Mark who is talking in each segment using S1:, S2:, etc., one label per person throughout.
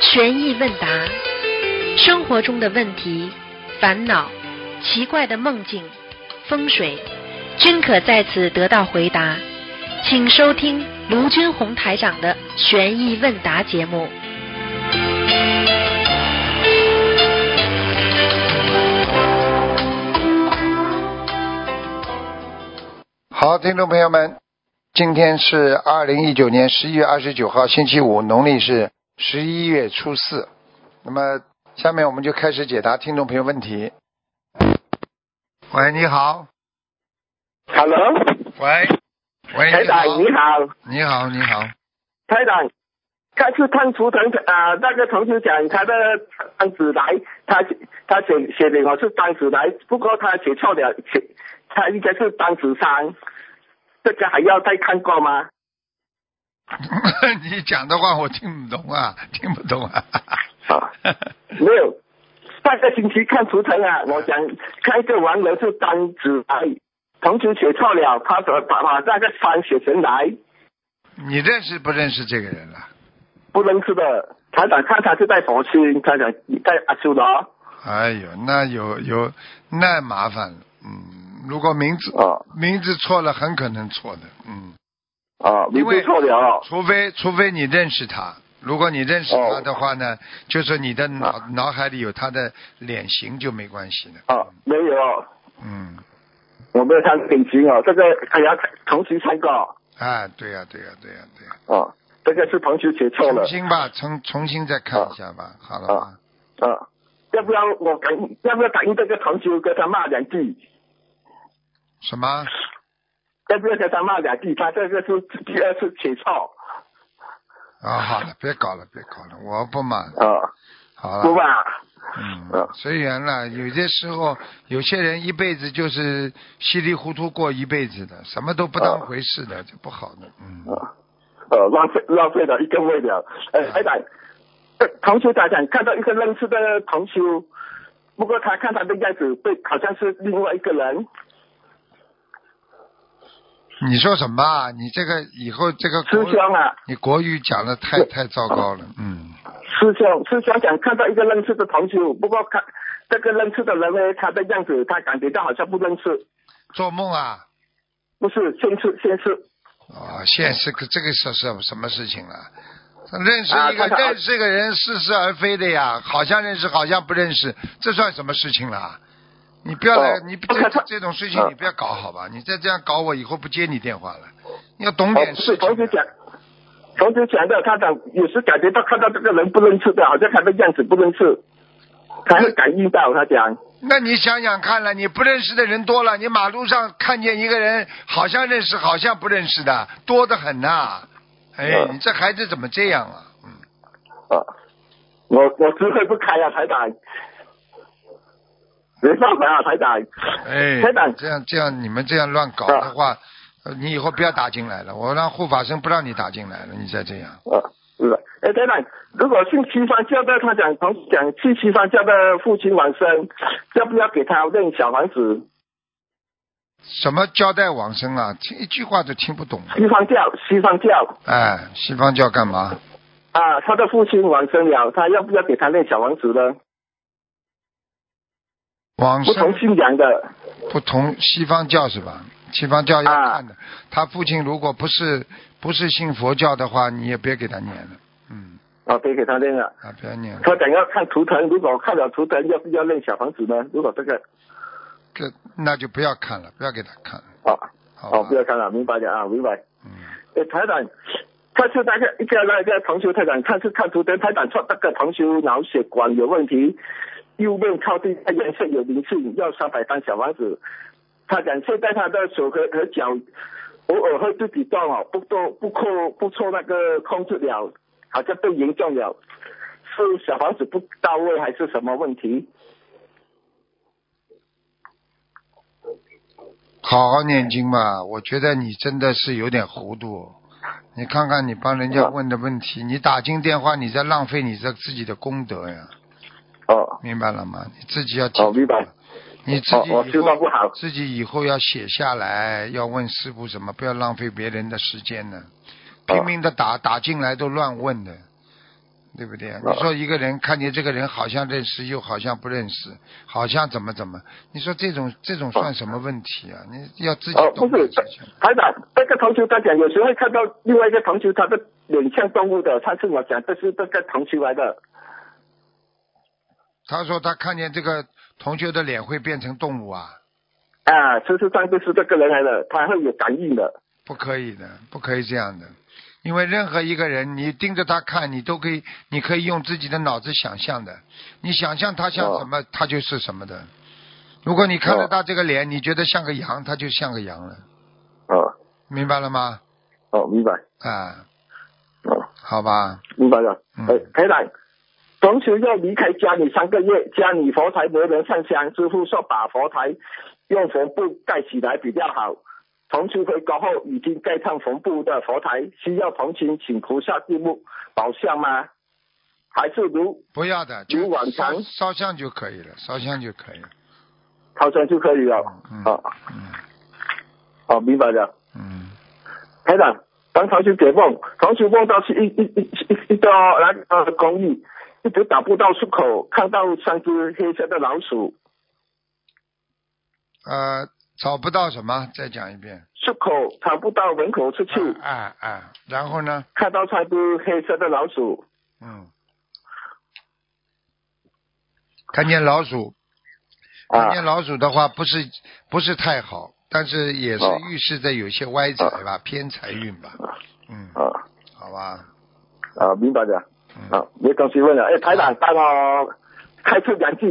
S1: 悬疑问答，生活中的问题、烦恼、奇怪的梦境、风水，均可在此得到回答。请收听卢军红台长的悬疑问答节目。
S2: 好，听众朋友们，今天是二零一九年十一月二十九号，星期五，农历是十一月初四。那么，下面我们就开始解答听众朋友问题。喂，你好，
S3: Hello，
S2: 喂，喂，
S3: 台
S2: 哎你好，
S3: 长你
S2: 你
S3: 好，
S2: 好，你好，
S3: 台长，上次看图腾啊、那个同学讲他的单子来，他他写写的我是单子来，不过他写错了，写他应该是单子三，这个还要再看过吗？
S2: 你讲的话我听不懂啊， 听不懂啊。
S3: 啊， 没有，上个星期看图腾啊，我想看一个王人是单子来，同学写错了，他把把把那个三写成来，
S2: 你认识不认识这个人了？啊
S3: 不认识的。台长看他是在佛区，台长在阿修罗。
S2: 哎呦，那有有那麻烦了，嗯，如果名字
S3: 啊
S2: 名字错了，很可能错的，嗯。
S3: 啊，你
S2: 因为
S3: 不错了哦。
S2: 除非除非你认识他，如果你认识他
S3: 哦啊
S2: 的话呢，就是你的脑、脑海里有他的脸型就没关系了。
S3: 哦，没有，
S2: 嗯，
S3: 我没有看典型哦，这个还要重新参考
S2: 啊，对呀、对呀、对呀、对呀、
S3: 哦，这个是同学写错了
S2: 重新吧，重重新再看一下吧，好了吧？
S3: 啊。要不要我感要不要感应这个同学跟他骂两句？
S2: 什么？
S3: 要不要跟他骂两句？他这个是第二次写错
S2: 啊，好了，别搞了，别搞了，我不满，
S3: 啊，
S2: 好
S3: 不
S2: 了，
S3: 吧？
S2: 嗯
S3: 嗯，
S2: 随缘了。有些时候，有些人一辈子就是稀里糊涂过一辈子的，什么都不当
S3: 啊
S2: 回事的，这不好的。嗯，
S3: 啊，呃，浪费浪费了一个位了。呃，台长，呃同学台长看到一个认识的同学，不过他看他的样子，对，好像是另外一个人。
S2: 你说什么啊？你这个以后这个
S3: 师
S2: 国
S3: 兄啊，
S2: 你国语讲的太太糟糕了，嗯，
S3: 师兄，师兄想看到一个认识的同学，不过看这个认识的人呢，他的样子，他感觉到好像不认识，
S2: 做梦啊，
S3: 不是先是先是
S2: 啊、现实可这个是什什么事情了？认识一个、
S3: 啊看看啊
S2: 认识一个人似是而非的呀，好像认识好像不认识，这算什么事情啦？你不要来，
S3: 哦
S2: 你
S3: 不看
S2: 这这
S3: 他
S2: 这种事情
S3: 嗯
S2: 你不要搞好吧？你再这样搞我以后不接你电话了。你要懂
S3: 哦，
S2: 点
S3: 不是
S2: 事
S3: 同
S2: 情啊
S3: 学
S2: 的。
S3: 讲，同学讲的，他讲有时感觉到看到这个人不认识的，好像他的样子不认识，他会感应到，他讲
S2: 那你想想看了，你不认识的人多了，你马路上看见一个人，好像认识，好像不认识的，多得很呐、哎，
S3: 嗯
S2: 你这孩子怎么这样啊？嗯。
S3: 啊，我我智慧不开啊，台长，没办法啊，台长，
S2: 哎
S3: 台长，啊
S2: 这样这样，你们这样乱搞的话，呃你以后不要打进来了。我让护法神不让你打进来了，你再这样，
S3: 呃，是的，哎，等等，如果信西方教的，他讲同讲去西方教的父亲往生，要不要给他认小房子？
S2: 什么交代往生啊，听一句话都听不 懂。
S3: 西方教，西方教
S2: 哎，西方教干嘛？
S3: 啊，他的父亲往生了，他要不要给他认小房子呢？
S2: 往
S3: 不同
S2: 生
S3: 信仰的
S2: 不同，西方教是吧？西方教要
S3: 啊
S2: 看的。他父亲如果不是不是信佛教的话，你也别给他念了。嗯，
S3: 啊，别给他认了。
S2: 啊，不要念了。
S3: 他想要看图腾，如果看了图腾，要不要认小房子呢？如果这个
S2: 这那就不要看了，不要给他看了，
S3: 啊，
S2: 好吧？
S3: 哦，不要看了，明白了啊，明白。
S2: 嗯，
S3: 哎，台长，他是那个一个那个同学台长，他是看图腾台长说那个同学脑血管有问题，右面靠近太阳穴有灵性，要三百张小房子。他讲现在他的手和和脚偶尔会自己动哦，不动不控不受那个控制了，好像被严重了，是小房子不到位还是什么问题？
S2: 好好念经吧，我觉得你真的是有点糊涂。你看看你帮人
S3: 啊
S2: 家问的问题，你打进电话，你在浪费你这自己的功德呀，
S3: 哦
S2: 明白了吗？你自己要记
S3: 哦，
S2: 住，
S3: 明白。
S2: 你自
S3: 哦，
S2: 己
S3: 我
S2: 以
S3: 知道
S2: 后
S3: 不好。
S2: 自己以后要写下来，要问师傅什么，不要
S3: 哦
S2: 浪费别人的时间呢。拼命的打打进来都乱问的，对不对？
S3: 哦
S2: 你说一个人看见这个人好像认识，又好像不认识，好像怎么怎么？你说这种这种算什么问题啊？你要自己
S3: 哦，不
S2: 懂得
S3: 是
S2: 自己。，
S3: 台长，这个同学他讲，有时候看到另外一个同学他的脸像动物的，上次我讲这是这个同学来的，
S2: 他说他看见这个同学的脸会变成动物啊，
S3: 啊，事实上就是这个人来的，他会有感应的，
S2: 不可以的，不可以这样的。因为任何一个人，你盯着他看，你都可以，你可以用自己的脑子想象的。你想象他像什么，他就是什么的。如果你看着
S3: 哦
S2: 他这个脸，你觉得像个羊，他就像个羊了，
S3: 哦
S2: 明白了吗？
S3: 哦，明白，
S2: 啊，
S3: 哦，
S2: 好吧，
S3: 明白了。
S2: 嗯
S3: 呃，台长，同学要离开家里三个月，家里佛台没人上香，师傅说把佛台用缝布盖起来比较好。同学回国后已经盖上缝布的佛台，需要同行请菩萨闭目保相吗？还是如
S2: 不要的，
S3: 如
S2: 就
S3: 往
S2: 烧
S3: 常
S2: 烧香就可以了，烧香就可以了。
S3: 套餐就可以了？
S2: 嗯
S3: 好、
S2: 嗯
S3: 好，明白了。
S2: 嗯，
S3: 台长，当同学解梦，同学梦到是一一一一一个那个呃公寓，一直打不到出口，看到三只黑色的老鼠，
S2: 呃，找不到什么，再讲一遍。
S3: 出口跑不到门口出去，
S2: 啊啊啊，然后呢？
S3: 看到三只黑色的老鼠，
S2: 嗯，看见老鼠，看
S3: 啊
S2: 见老鼠的话，不是不是太好，但是也是
S3: 哦
S2: 预示着有些歪财吧，偏财运吧。嗯，
S3: 啊
S2: 好吧，
S3: 啊，明白的，
S2: 嗯，
S3: 啊，没东西问了。哎，台长，帮我开出两句，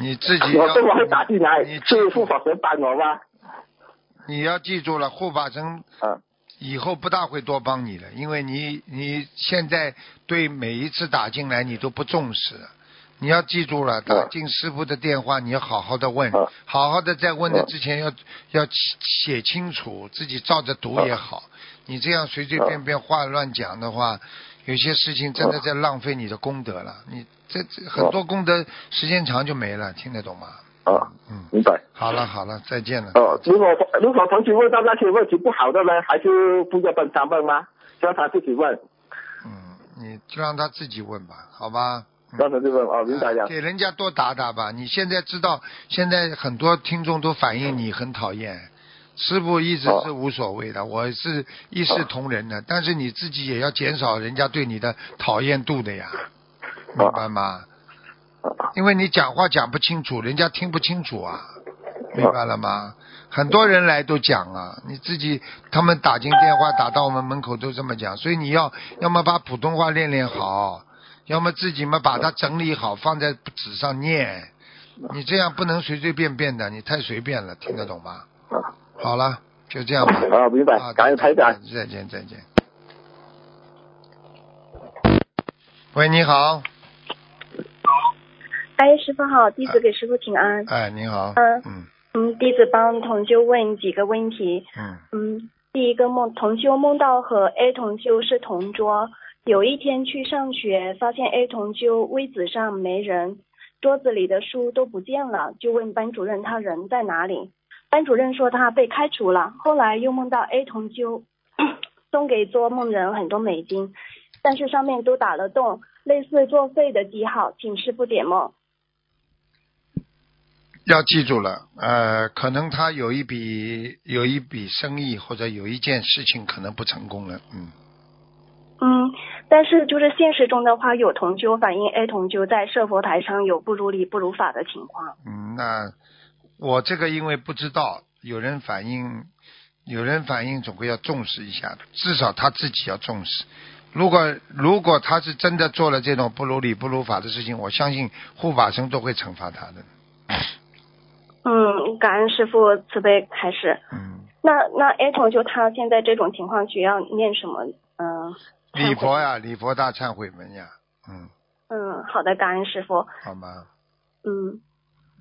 S2: 你自己
S3: 我跟我会打
S2: 要
S3: 进来
S2: 你，记
S3: 是
S2: 住
S3: 护法神帮我吗？
S2: 你要记住了，护法神
S3: 啊
S2: 以后不大会多帮你的，因为你你现在对每一次打进来你都不重视了。你要记住了，打进师傅的电话，你要好好的问
S3: 嗯，
S2: 好好的在问的
S3: 嗯
S2: 之前要要写清楚，自己照着读也好。
S3: 嗯
S2: 你这样随随便便话乱讲的话，有些事情真的在浪费你的功德了。你这
S3: 嗯
S2: 这很多功德时间长就没了，听得懂吗？
S3: 啊，
S2: 嗯，
S3: 明白。
S2: 好了好了，再见了。
S3: 哦，如果如果同学问到那些问题不好的呢，还是不要帮他问吗？叫他自己问，
S2: 嗯，你就让他自己问吧，好吧？嗯
S3: 让他自己问。哦，明白了
S2: 啊。给人家多打打吧。你现在知道，现在很多听众都反映你很讨厌。师傅一直是无所谓的，我是一视同仁的，但是你自己也要减少人家对你的讨厌度的呀，明白吗？
S3: 啊
S2: 因为你讲话讲不清楚，人家听不清楚啊，明白了吗？很多人来都讲啊，你自己他们打进电话打到我们门口都这么讲，所以你要要么把普通话练练好，要么自己嘛把它整理好放在纸上念，你这样不能随随便便的，你太随便了，听得懂吗？
S3: 啊
S2: 好了，就这样吧。
S3: 啊，明白
S2: 啊，，
S3: 感恩台长。。
S2: 再见，再见。喂，你好，
S4: 哎，师傅好，弟子给师傅请安。
S2: 哎，你好，
S4: 嗯
S2: 嗯
S4: 嗯，弟子帮同修问几个问题。
S2: 嗯
S4: 嗯，第一个梦，同修梦到和 A 同修是同桌，有一天去上学，发现 A 同修位子上没人，桌子里的书都不见了，就问班主任他人在哪里。班主任说他被开除了。后来又梦到 A 同修送给做梦人很多美金，但是上面都打了洞，类似作废的记号，请师傅解梦。
S2: 要记住了，呃，可能他有一笔有一笔生意或者有一件事情可能不成功了，嗯，
S4: 嗯，但是就是现实中的话，有同修反映 A 同修在设佛台上有不如理不如法的情况。
S2: 嗯，那我这个因为不知道，有人反映，有人反映，总归要重视一下的，至少他自己要重视。如果如果他是真的做了这种不如理不如法的事情，我相信护法神都会惩罚他的。
S4: 嗯，感恩师傅慈悲开示。
S2: 嗯，
S4: 那那 A 同修他现在这种情况需要念什么？嗯、忏悔
S2: 礼佛呀，礼佛大忏悔文呀，嗯，
S4: 嗯，好的，感恩师傅。
S2: 好吗？
S4: 嗯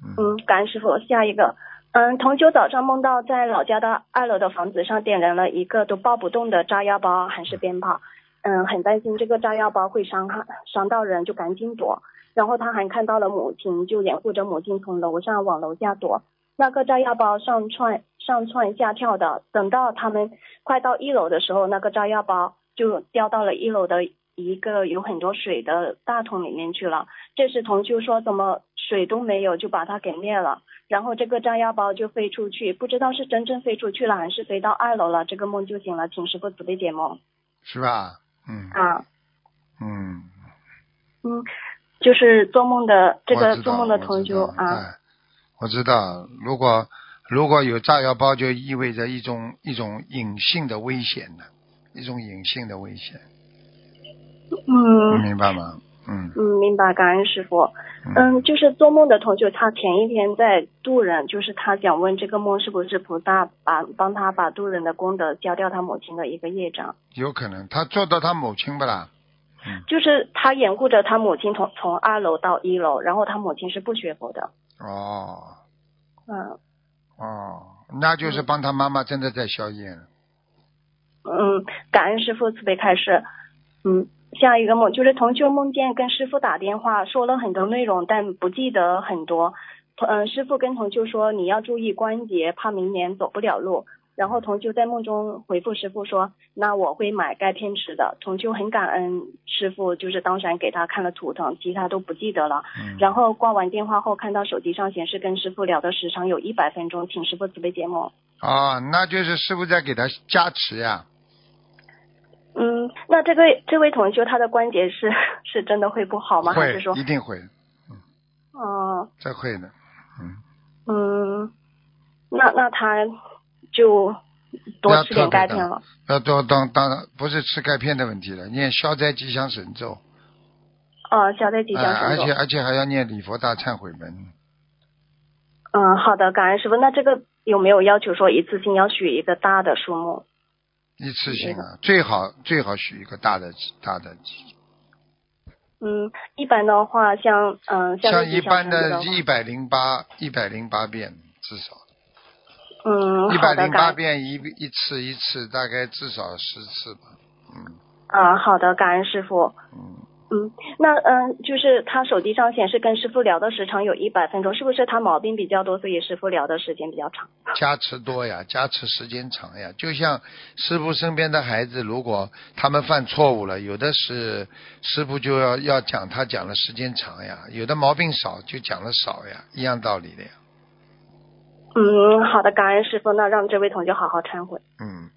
S2: 嗯
S4: 嗯，感恩师傅。下一个，嗯，同修早上梦到在老家的二楼的房子上点燃了一个都抱不动的炸药包，还是鞭炮。嗯，很担心这个炸药包会伤害伤到人，就赶紧躲。然后他还看到了母亲，就掩护着母亲从楼上往楼下躲。那个炸药包上窜上窜下跳的，等到他们快到一楼的时候，那个炸药包就掉到了一楼的一一个有很多水的大桶里面去了。这时同修说怎么水都没有，就把它给灭了。然后这个炸药包就飞出去，不知道是真正飞出去了，还是飞到二楼了。这个梦就醒了，请师傅慈悲解梦。
S2: 是吧？嗯
S4: 啊，
S2: 嗯，
S4: 嗯，就是做梦的这
S2: 我
S4: 个
S2: 知
S4: 做
S2: 道
S4: 梦的同修
S2: 我知道
S4: 啊，
S2: 哎我知道，如果如果有炸药包，就意味着一种一种隐性的危险呢，一种隐性的危险，
S4: 嗯
S2: 明白吗？嗯
S4: 嗯，明白，感恩师傅。嗯，就是做梦的同学，他前一天在渡人，就是他想问这个梦是不是菩萨把帮他把渡人的功德消掉他母亲的一个业障，
S2: 有可能他做到他母亲不啦？
S4: 就是他掩护着他母亲从从二楼到一楼，然后他母亲是不学佛的，
S2: 哦
S4: 嗯
S2: 哦，那就是帮他妈妈真的在宵夜了。
S4: 嗯，感恩师傅慈悲开示，嗯。下一个梦就是同修梦见跟师傅打电话，说了很多内容，但不记得很多。嗯，师傅跟同修说你要注意关节，怕明年走不了路。然后同修在梦中回复师傅说：“那我会买钙片吃的。”同修很感恩师傅，就是当然给他看了图腾，其他都不记得了。
S2: 嗯
S4: 然后挂完电话后，看到手机上显示跟师傅聊的时长有一百分钟，请师傅慈悲解梦。
S2: 哦，那就是师傅在给他加持呀、
S4: 嗯，那这个这位同修他的关节是是真的会不好吗？还
S2: 会
S4: 是说，
S2: 一定会，
S4: 哦、
S2: 这会的。
S4: 嗯，那那他就多吃点钙片了。
S2: 要多当呃当然不是吃钙片的问题了，念消灾吉祥神咒，
S4: 呃，消灾吉祥
S2: 哎而
S4: 神咒
S2: 且。而且还要念礼佛大忏悔文。
S4: 嗯，好的，感恩师傅。那这个有没有要求说一次性要许一个大的数目？
S2: 一次性啊，最好最好许一个大的大的，
S4: 嗯，一般的话，像嗯、消灾
S2: 像
S4: 吉
S2: 一
S4: 祥
S2: 般
S4: 神咒的
S2: 的
S4: 话，
S2: 一百零八一百零八遍至少，
S4: 嗯，
S2: 一
S4: 哦好
S2: 百
S4: 的，
S2: 零
S4: 感
S2: 八
S4: 恩
S2: 遍一一次一次，大概至少十次吧。嗯
S4: 啊、好的，感恩师傅。
S2: 嗯，
S4: 嗯，那嗯、就是他手机上显示跟师傅聊的时长有一百分钟，是不是他毛病比较多，所以师傅聊的时间比较长？
S2: 加持多呀，加持时间长呀。就像师傅身边的孩子，如果他们犯错误了，有的是师傅就要要讲他讲的时间长呀，有的毛病少就讲的少呀，一样道理的呀。
S4: 嗯，好的，感恩师傅，那让这位同学好好忏悔。
S2: 嗯，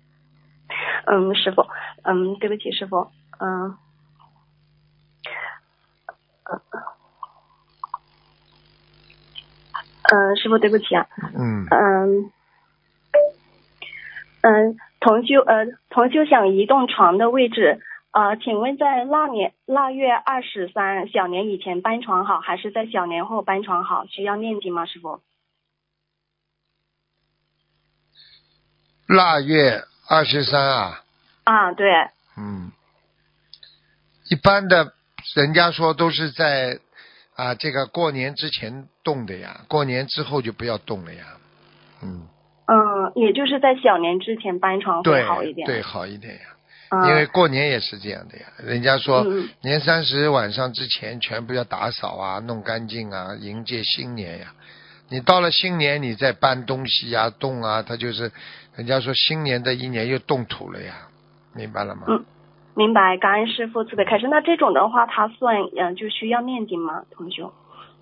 S4: 嗯，师傅，嗯，对不起，师傅，嗯。呃嗯，师傅，对不起啊，
S2: 嗯，
S4: 嗯，嗯，同修，呃，同修想移动床的位置，呃，请问在腊年腊月二十三小年以前搬床好，还是在小年后搬床好？需要念经吗，师傅？
S2: 腊月二十三啊，
S4: 啊，对，
S2: 嗯，一般的人家说都是在啊这个过年之前动的呀，过年之后就不要动了呀。嗯，
S4: 嗯，也就是在小年之前搬床会
S2: 对
S4: 好一，点，
S2: 对，好一点呀，
S4: 嗯，
S2: 因为过年也是这样的呀。人家说
S4: 嗯
S2: 年三十晚上之前全部要打扫啊，弄干净啊，迎接新年呀。你到了新年，你再搬东西呀、动啊，它就是人家说新年的一年又动土了呀，明白了吗？
S4: 嗯明白，感恩师傅慈悲开示。那这种的话，他算嗯、呃就需要念经吗，同学？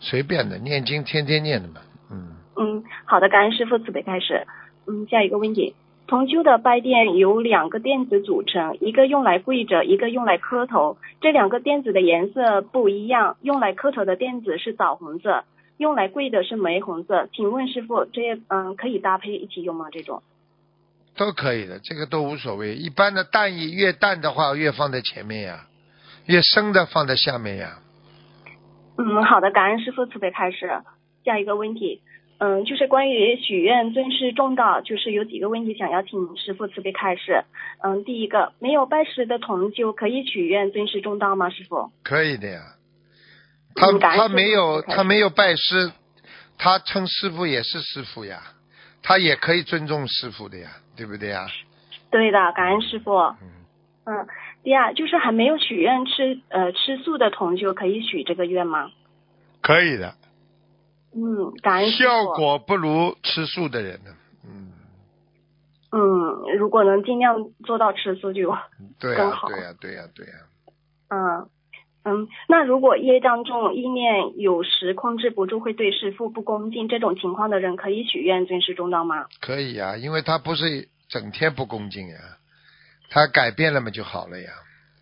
S2: 随便的，念经天天念的嘛，嗯。
S4: 嗯，好的，感恩师傅慈悲开始。嗯，下一个问题，同修的拜垫由两个垫子组成，一个用来跪着，一个用来磕头。这两个垫子的颜色不一样，用来磕头的垫子是枣红色，用来跪的是玫红色。请问师傅，这嗯、可以搭配一起用吗？这种？
S2: 都可以的，这个都无所谓。一般的蛋液越淡的话，越放在前面呀，越深的放在下面呀。
S4: 嗯，好的，感恩师傅慈悲开始。下一个问题，嗯，就是关于许愿尊师重道，就是有几个问题想要请师傅慈悲开示。嗯，第一个，没有拜师的同修可以许愿尊师重道吗？师傅？
S2: 可以的呀。他
S4: 嗯感恩
S2: 他
S4: 师父
S2: 没有
S4: 开始
S2: 他没有拜师，他称师傅也是师傅呀，他也可以尊重师傅的呀，对不对呀？
S4: 对的，感恩师傅。
S2: 嗯，
S4: 嗯，第二就是还没有许愿吃呃吃素的同修可以许这个愿吗？
S2: 可以的，
S4: 嗯，感恩师傅。
S2: 效果不如吃素的人呢。嗯，
S4: 嗯，如果能尽量做到吃素就
S2: 对呀、
S4: 更好
S2: 对呀、对呀、对呀、
S4: 嗯嗯，那如果业障重，意念有时控制不住，会对师父不恭敬，这种情况的人可以许愿尊师重道吗？
S2: 可以呀、因为他不是整天不恭敬呀、他改变了嘛就好了呀，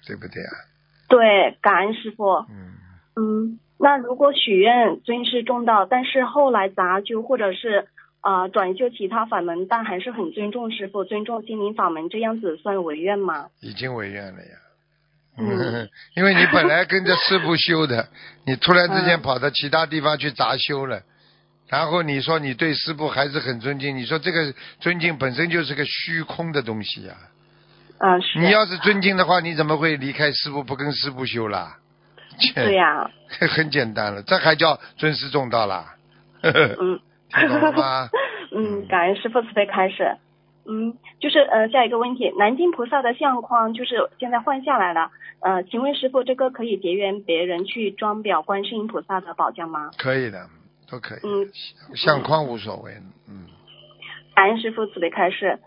S2: 对不对呀、啊
S4: 对，感恩师傅。
S2: 嗯，
S4: 嗯，那如果许愿尊师重道，但是后来杂居或者是呃转修其他法门，但还是很尊重师傅、尊重心灵法门，这样子算违愿吗？
S2: 已经违愿了呀。
S4: 嗯，
S2: 因为你本来跟着师傅修的，你突然之间
S4: 嗯
S2: 跑到其他地方去杂修了，然后你说你对师傅还是很尊敬，你说这个尊敬本身就是个虚空的东西呀、
S4: 嗯、是。
S2: 你要是尊敬的话，你怎么会离开师傅不跟师傅修啦？
S4: 对、呀、
S2: 很简单了，这还叫尊师重道啦？ 呵呵
S4: 嗯
S2: 听懂了吗？
S4: 嗯
S2: 嗯，
S4: 感恩师傅慈悲开始。嗯，就是呃，下一个问题，南京菩萨的相框就是现在换下来了，呃，请问师傅这个可以结缘别人去装裱观世音菩萨的宝像吗？
S2: 可以的，都可以。
S4: 嗯，
S2: 相框无所谓，嗯，
S4: 感恩师傅慈悲开示。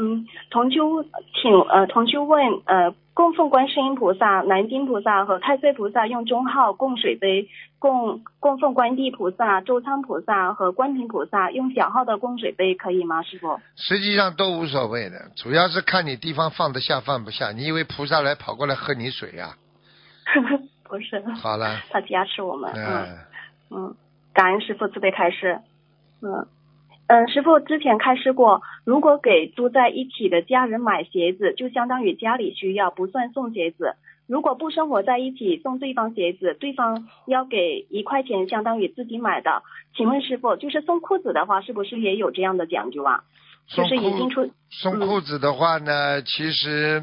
S4: 嗯，同修请呃同修问呃供奉观世音菩萨、南京菩萨和太岁菩萨用中号供水杯，供供奉观地菩萨、周仓菩萨和观平菩萨用小号的供水杯可以吗？师傅？
S2: 实际上都无所谓的，主要是看你地方放得下放不下。你以为菩萨来跑过来喝你水呀、
S4: 不是，
S2: 好了，
S4: 他加持我们。嗯
S2: 嗯，
S4: 嗯，感恩师傅慈悲开示。嗯。嗯，师傅之前开示过，如果给住在一起的家人买鞋子，就相当于家里需要，不算送鞋子。如果不生活在一起，送对方鞋子，对方要给一块钱，相当于自己买的。请问师傅，就是送裤子的话，是不是也有这样的讲究啊？就
S2: 送
S4: 是已经
S2: 裤
S4: 出，
S2: 送
S4: 嗯
S2: 裤子的话呢，其实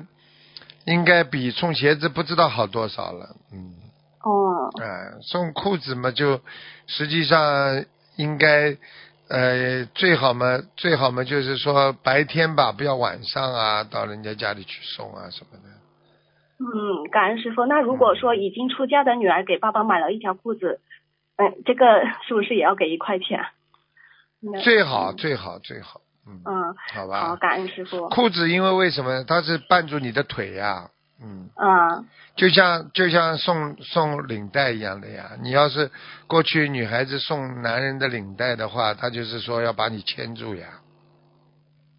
S2: 应该比送鞋子不知道好多少了，嗯。
S4: 哦，
S2: 啊，送裤子嘛，就实际上应该，呃，最好嘛，最好嘛，就是说白天吧，不要晚上啊，到人家家里去送啊什么的。
S4: 嗯，感恩师傅。那如果说已经出嫁的女儿给爸爸买了一条裤子，嗯，这个 是不是也要给一块钱？那
S2: 最好，最好，最好，嗯，
S4: 嗯，
S2: 好
S4: 好，
S2: 吧。
S4: 感恩师傅。
S2: 裤子因为为什么？它是绊住你的腿呀、嗯，
S4: 嗯
S2: 就像就像送送领带一样的呀。你要是过去女孩子送男人的领带的话，他就是说要把你牵住呀，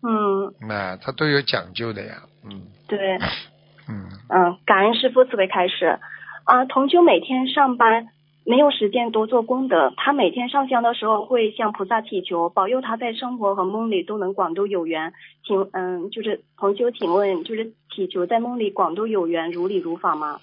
S4: 嗯，
S2: 那、他都有讲究的呀，嗯
S4: 对，
S2: 嗯。
S4: 嗯，感恩师傅慈悲开始。啊，同修每天上班没有时间多做功德，他每天上香的时候会向菩萨祈求保佑他在生活和梦里都能广度有缘。请嗯，就是同修，请问就是祈求在梦里广度有缘，如理如法吗？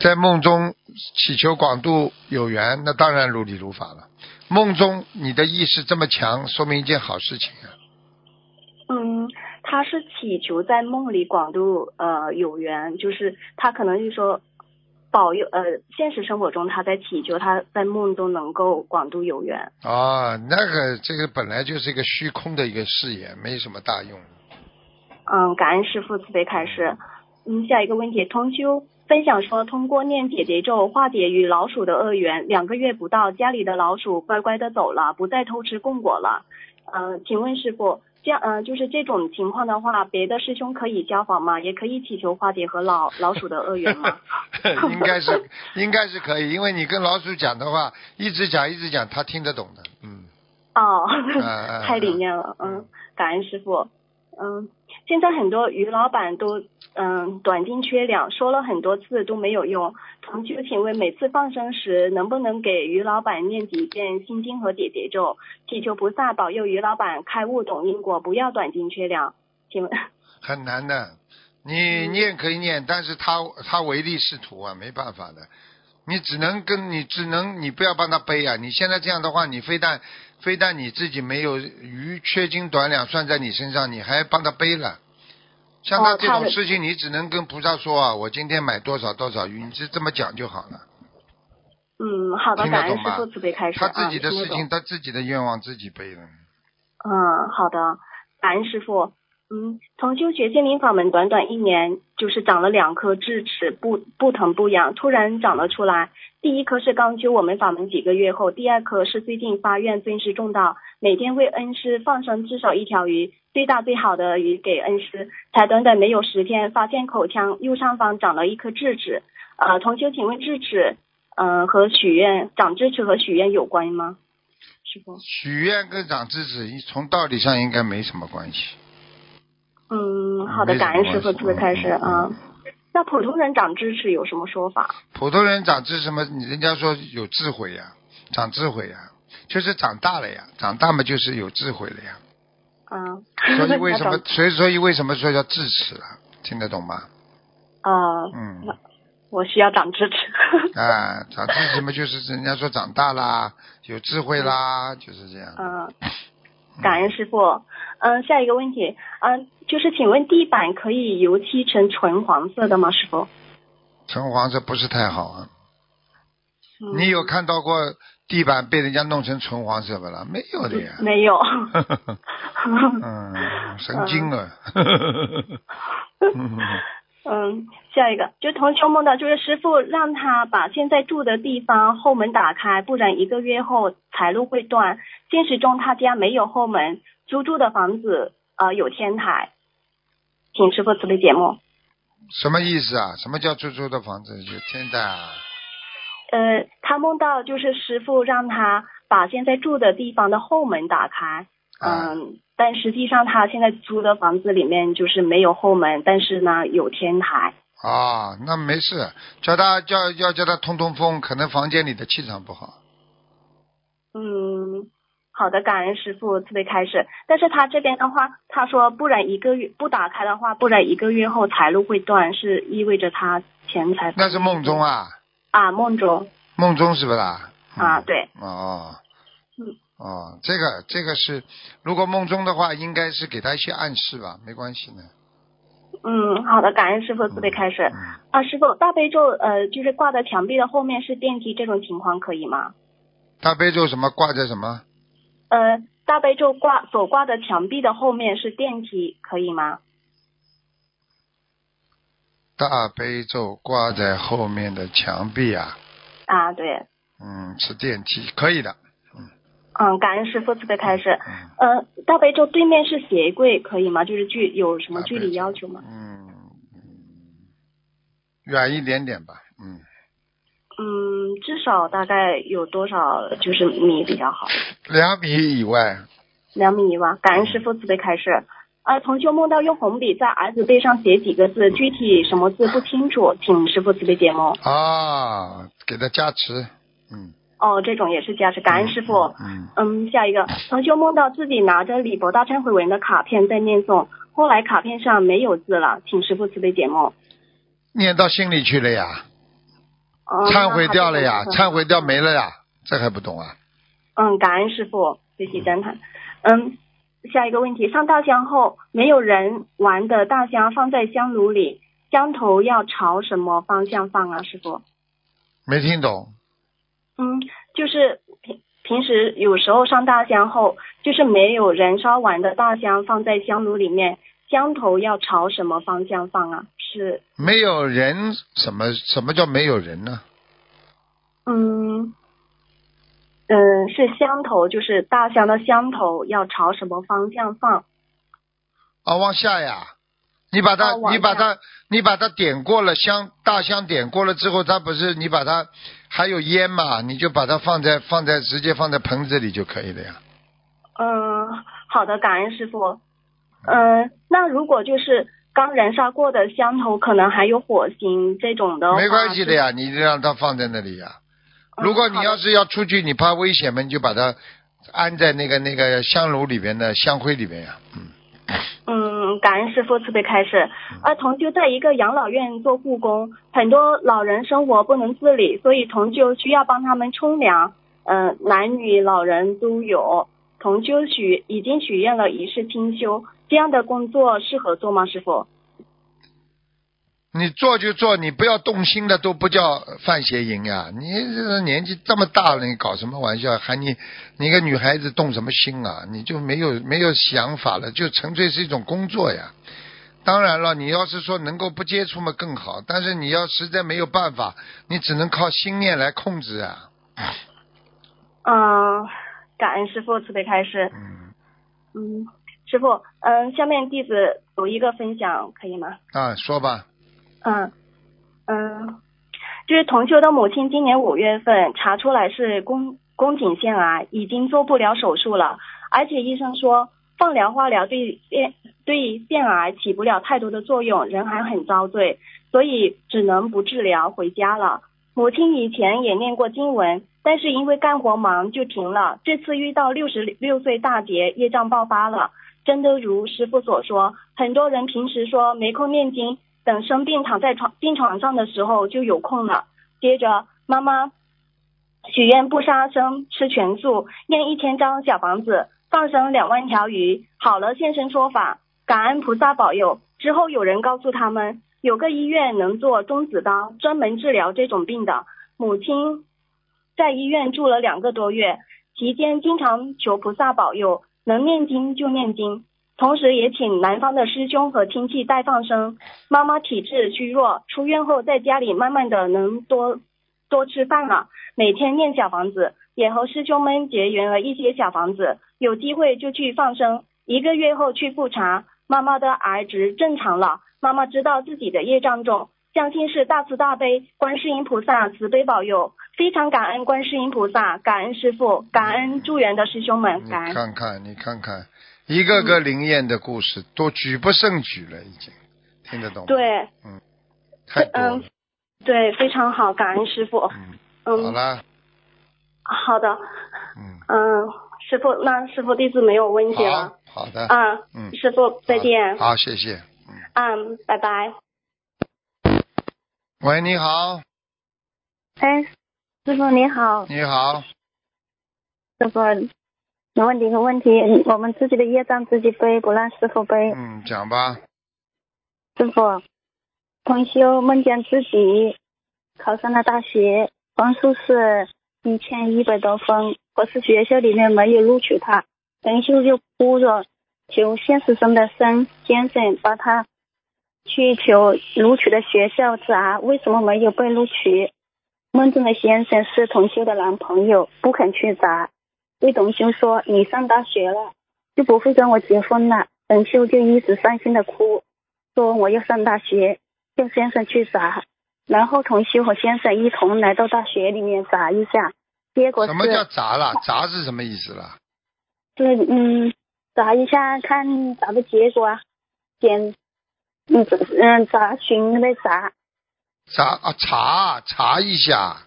S2: 在梦中祈求广度有缘，那当然如理如法了。梦中你的意识这么强，说明一件好事情啊。
S4: 嗯，他是祈求在梦里广度呃有缘，就是他可能就是说保佑呃现实生活中他在祈求他在梦中能够广度有缘。
S2: 啊，那个这个本来就是一个虚空的一个事业，没什么大用。
S4: 嗯，感恩师父慈悲开示。嗯，下一个问题，同修分享说，通过念姐姐咒化解与老鼠的恶缘，两个月不到，家里的老鼠乖乖的走了，不再偷吃供果了。呃，请问师傅，这样呃，就是这种情况的话，别的师兄可以效仿吗？也可以祈求化解和老老鼠的恶缘吗？
S2: 应该是应该是可以，因为你跟老鼠讲的话，一直讲一直讲，它听得懂的。嗯，
S4: 哦
S2: 啊，
S4: 太灵验了，
S2: 嗯
S4: 嗯，感恩师傅，嗯，现在很多鱼老板都嗯短斤缺两，说了很多次都没有用。同修，请问每次放生时能不能给鱼老板念几遍心经和解结咒，祈求菩萨保佑鱼老板开悟懂因果，不要短斤缺两？请问，
S2: 很难的。
S4: 嗯
S2: 你念可以念，但是他他唯利是图啊，没办法的。你只能跟你只能你不要帮他背啊！你现在这样的话，你非但非但你自己没有鱼缺斤短两算在你身上，你还帮他背了。像他
S4: 哦
S2: 这
S4: 他
S2: 种
S4: 的
S2: 事情，你只能跟菩萨说啊，我今天买多少多少鱼，你就这么讲就好了。
S4: 嗯，好的，
S2: 听得
S4: 感恩
S2: 懂
S4: 师
S2: 吗
S4: 傅慈悲开示
S2: 他
S4: 啊，
S2: 自己的
S4: 听得
S2: 事
S4: 懂
S2: 情，他自己的愿望自己背了。
S4: 嗯，好的，感恩师傅。嗯，同修学心灵法门短短一年，就是长了两颗智齿，不不疼不痒，突然长了出来。第一颗是刚修我们法门几个月后，第二颗是最近发愿尊师重道，每天为恩师放生至少一条鱼，最大最好的鱼给恩师。才短短没有十天，发现口腔右上方长了一颗智齿。呃，同修，请问智齿，呃，和许愿长智齿和许愿有关吗？师傅，
S2: 许愿跟长智齿从道理上应该没什么关系。
S4: 嗯，好的，
S2: 啊没什么
S4: 感恩师傅，
S2: 关系
S4: 这个开始
S2: 嗯
S4: 啊。那普通人长智齿有什么说法？
S2: 普通人长智什么？你人家说有智慧呀，长智慧呀，就是长大了呀，长大嘛就是有智慧了呀。
S4: 啊，
S2: 所以为什么
S4: 长？
S2: 所以所以为什么说叫智齿了？听得懂吗？
S4: 啊？
S2: 嗯
S4: 那我需要长智齿。
S2: 啊，长智齿嘛就是人家说长大啦，有智慧啦，就是这样。
S4: 嗯，感恩师傅。嗯，下一个问题，嗯，就是请问地板可以油漆成纯黄色的吗，师傅？
S2: 橙黄色不是太好啊。
S4: 嗯
S2: 你有看到过地板被人家弄成橙黄色不啦？没有的呀。
S4: 没有。
S2: 啊 嗯，神经啊。
S4: 嗯，下一个就同修梦到，就是师傅让他把现在住的地方后门打开，不然一个月后财路会断。现实中他家没有后门，租住的房子呃有天台，请师傅慈悲解梦。
S2: 什么意思啊？什么叫租住的房子有天台啊？
S4: 呃，他梦到就是师傅让他把现在住的地方的后门打开，
S2: 啊
S4: 嗯，但实际上他现在租的房子里面就是没有后门，但是呢有天台。
S2: 啊，那没事，叫他叫要叫他通通风，可能房间里的气场不好。
S4: 嗯，好的，感恩师傅慈悲开始。但是他这边的话，他说不然一个月不打开的话，不然一个月后财路会断，是意味着他钱财
S2: 那是梦中啊，
S4: 啊梦中
S2: 梦中是不啦？嗯
S4: 啊对。
S2: 哦
S4: 嗯。
S2: 哦，这个这个是，如果梦中的话，应该是给他一些暗示吧，没关系的。
S4: 嗯，好的，感恩师傅慈悲开始
S2: 嗯。
S4: 啊，师傅大悲咒呃就是挂在墙壁的后面是电梯这种情况可以吗？
S2: 大悲咒什么挂在什么？
S4: 呃，大悲咒挂所挂的墙壁的后面是电梯可以吗？
S2: 大悲咒挂在后面的墙壁啊，
S4: 啊对，
S2: 嗯，是电梯，可以的。
S4: 嗯，感恩师傅慈悲开始。
S2: 嗯，
S4: 呃，大悲咒对面是鞋柜，可以吗？就是距有什么
S2: 大
S4: 距
S2: 悲
S4: 离
S2: 咒
S4: 要求吗？
S2: 嗯，嗯远一点点吧，嗯，
S4: 嗯，至少大概有多少就是米比较好？
S2: 两米以外，
S4: 两米以外。感恩
S2: 嗯
S4: 师傅慈悲开示。呃，同修梦到用红笔在儿子背上写几个字，具体什么字不清楚，请师傅慈悲解梦。
S2: 啊，给他加持，嗯，
S4: 哦，这种也是加持，感恩师傅。
S2: 嗯，
S4: 嗯，下一个，同修梦到自己拿着李博大忏悔文的卡片在念诵，后来卡片上没有字了，请师傅慈悲解梦。
S2: 念到心里去了呀，
S4: 嗯、
S2: 忏悔掉了呀，
S4: 那还
S2: 忏悔掉没了呀，这还不懂啊？
S4: 嗯，感恩师傅，学习赞叹。嗯，下一个问题，上大香后，没有人玩的大香放在香炉里，香头要朝什么方向放啊，师傅？
S2: 没听懂，
S4: 嗯，就是平平时有时候上大香后，就是没有人烧完的大香放在香炉里面，香头要朝什么方向放啊？是
S2: 没有人什么什么叫没有人呢？
S4: 嗯。嗯，是香头，就是大香的香头要朝什么方向放？
S2: 啊，往下呀，你把它，
S4: 哦往
S2: 你把
S4: 下
S2: 它，你把它点过了香，大香点过了之后，它不是你把它还有烟嘛，你就把它放在放在直接放在盆子里就可以了呀。
S4: 嗯，好的，感恩师傅。嗯，那如果就是刚燃烧过的香头，可能还有火星这种的话，
S2: 没关系的
S4: 就。
S2: 呀，你就让它放在那里呀。
S4: 嗯
S2: 如果你
S4: 好的
S2: 要是要出去，你怕危险嘛，你就把它安在那个那个香炉里边的香灰里边呀。嗯，
S4: 嗯，感恩师傅慈悲开示。啊，同修在一个养老院做护工，很多老人生活不能自理，所以同修需要帮他们冲凉。嗯、男女老人都有。同修许已经许愿了一世清修，这样的工作适合做吗，师傅？
S2: 你做就做，你不要动心的都不叫犯邪淫呀。你这个年纪这么大了，你搞什么玩笑？还你你一个女孩子动什么心啊？你就没有没有想法了，就纯粹是一种工作呀。当然了，你要是说能够不接触嘛更好，但是你要实在没有办法，你只能靠心念来控制啊。
S4: 嗯，感恩师傅慈悲开示。
S2: 嗯
S4: 嗯，师傅，嗯，下面弟子有一个分享，可以吗？
S2: 啊，说吧，
S4: 嗯嗯，就是同修的母亲今年五月份查出来是宫宫颈腺癌，已经做不了手术了，而且医生说放疗化疗对腺对腺癌起不了太多的作用，人还很遭罪，所以只能不治疗回家了。母亲以前也念过经文，但是因为干活忙就停了。这次遇到六十六岁大劫，业障爆发了。真的如师傅所说，很多人平时说没空念经，等生病躺在床病床上的时候就有空了。接着，妈妈许愿不杀生，吃全素，念一千张小房子，放生两万条鱼。好了，现身说法，感恩菩萨保佑。之后有人告诉他们，有个医院能做中子刀，专门治疗这种病的。母亲在医院住了两个多月，期间经常求菩萨保佑，能念经就念经。同时也请南方的师兄和亲戚代放生。妈妈体质虚弱，出院后在家里慢慢的能多多吃饭了，每天念小房子，也和师兄们结缘了一些小房子，有机会就去放生。一个月后去复查，妈妈的癌值正常了。妈妈知道自己的业障重，相信是大慈大悲观世音菩萨慈悲保佑，非常感恩观世音菩萨，感恩师父，感恩助缘的师兄们，
S2: 你
S4: 感恩。
S2: 嗯看看，你看看，一个个灵验的故事都举不胜举了，已经听得懂吗？
S4: 对
S2: 太多了
S4: 嗯。对，非常好，感恩师傅。
S2: 嗯，好
S4: 嗯，
S2: 啦，
S4: 好的，
S2: 嗯，
S4: 嗯，师傅，那师傅弟子没有问题了。
S2: 好，好的，
S4: 啊，
S2: 嗯，
S4: 师傅再见。
S2: 好，谢谢。嗯，
S4: 嗯，拜拜。
S2: 喂，你好，
S5: 哎，师傅你好，
S2: 你好，
S5: 师傅，能问你个问题，我们自己的业障自己背，不让师傅背。
S2: 嗯，讲吧，
S5: 师傅，同修梦见自己考上了大学，分数是一千一百多分，可是学校里面没有录取他，同修就哭着求现实中的生先生帮他去求录取的学校查为什么没有被录取。梦中的先生是同修的男朋友，不肯去查，对同修说：“你上大学了，就不会跟我结婚了。”同修就一直伤心的哭。说我要上大学，叫先生去砸，然后同修和先生一同来到大学里面砸一下，结果
S2: 什么叫
S5: 是
S2: 砸了？砸是什么意思了？
S5: 是嗯砸一下看砸的结果啊，检嗯嗯砸询的砸，
S2: 砸啊，查查一下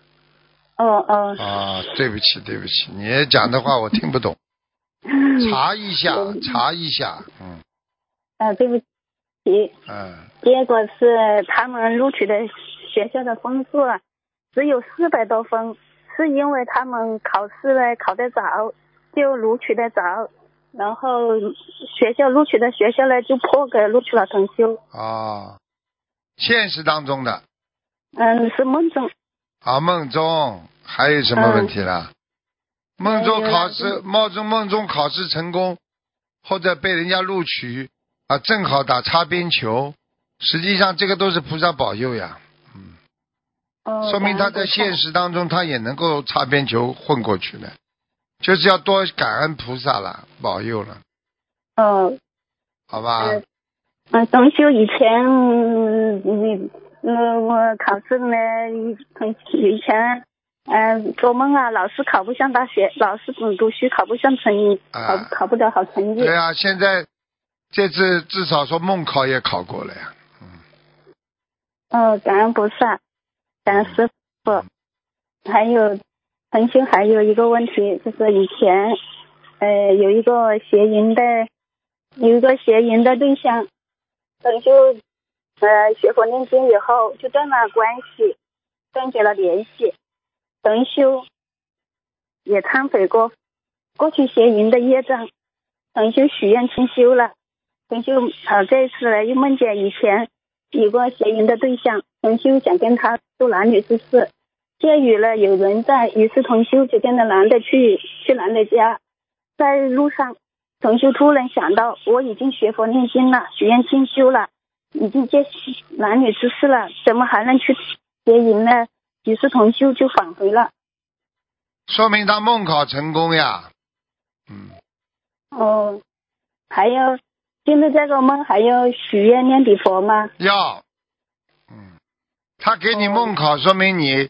S5: 哦哦
S2: 啊！对不起，对不起，你讲的话我听不懂。查一下，查一下，嗯
S5: 呃对不起，
S2: 嗯，
S5: 结果是他们录取的学校的分数啊只有四百多分，是因为他们考试呢考得早，就录取得早，然后学校录取的学校呢就破格录取了同修，
S2: 哦，现实当中的
S5: 嗯，是梦中，
S2: 啊，梦中还有什么问题了？梦中考试，梦中梦中考试成功，或者被人家录取啊，正好打擦边球，实际上这个都是菩萨保佑呀，
S5: 嗯，
S2: 说明他在现
S5: 实，
S2: 实当中他也能够擦边球混过去的，就是要多感恩菩萨了，保佑了，
S5: 嗯
S2: 好吧？
S5: 嗯嗯，同修以前嗯你嗯我考试呢，以同以前嗯、做梦啊，老是考不上大学，老是总读书，考不上成考
S2: 啊
S5: 考不得好成绩
S2: 对。啊，现在这次至少说梦考也考过了呀。
S5: 哦，感恩菩萨，感恩师傅。还有，同修还有一个问题，就是以前呃有一个邪淫的，有一个邪淫的对象，等就呃学佛念经以后就断了关系，断绝了联系。等修也忏悔过过去邪淫的业障，等修许愿清修了，等修呃这一次呢又梦见以前有个邪淫的对象，同修想跟他做男女之事。鉴于呢有人在，于是同修就跟着男的去去男的家，在路上，同修突然想到我已经学佛念经了，许愿清修了，已经结男女之事了，怎么还能去结淫呢？几世同修就返回了。
S2: 说明他梦考成功呀。嗯，
S5: 哦，还要现在这个梦还要许愿念礼佛吗？
S2: 要。嗯，他给你梦考，说明你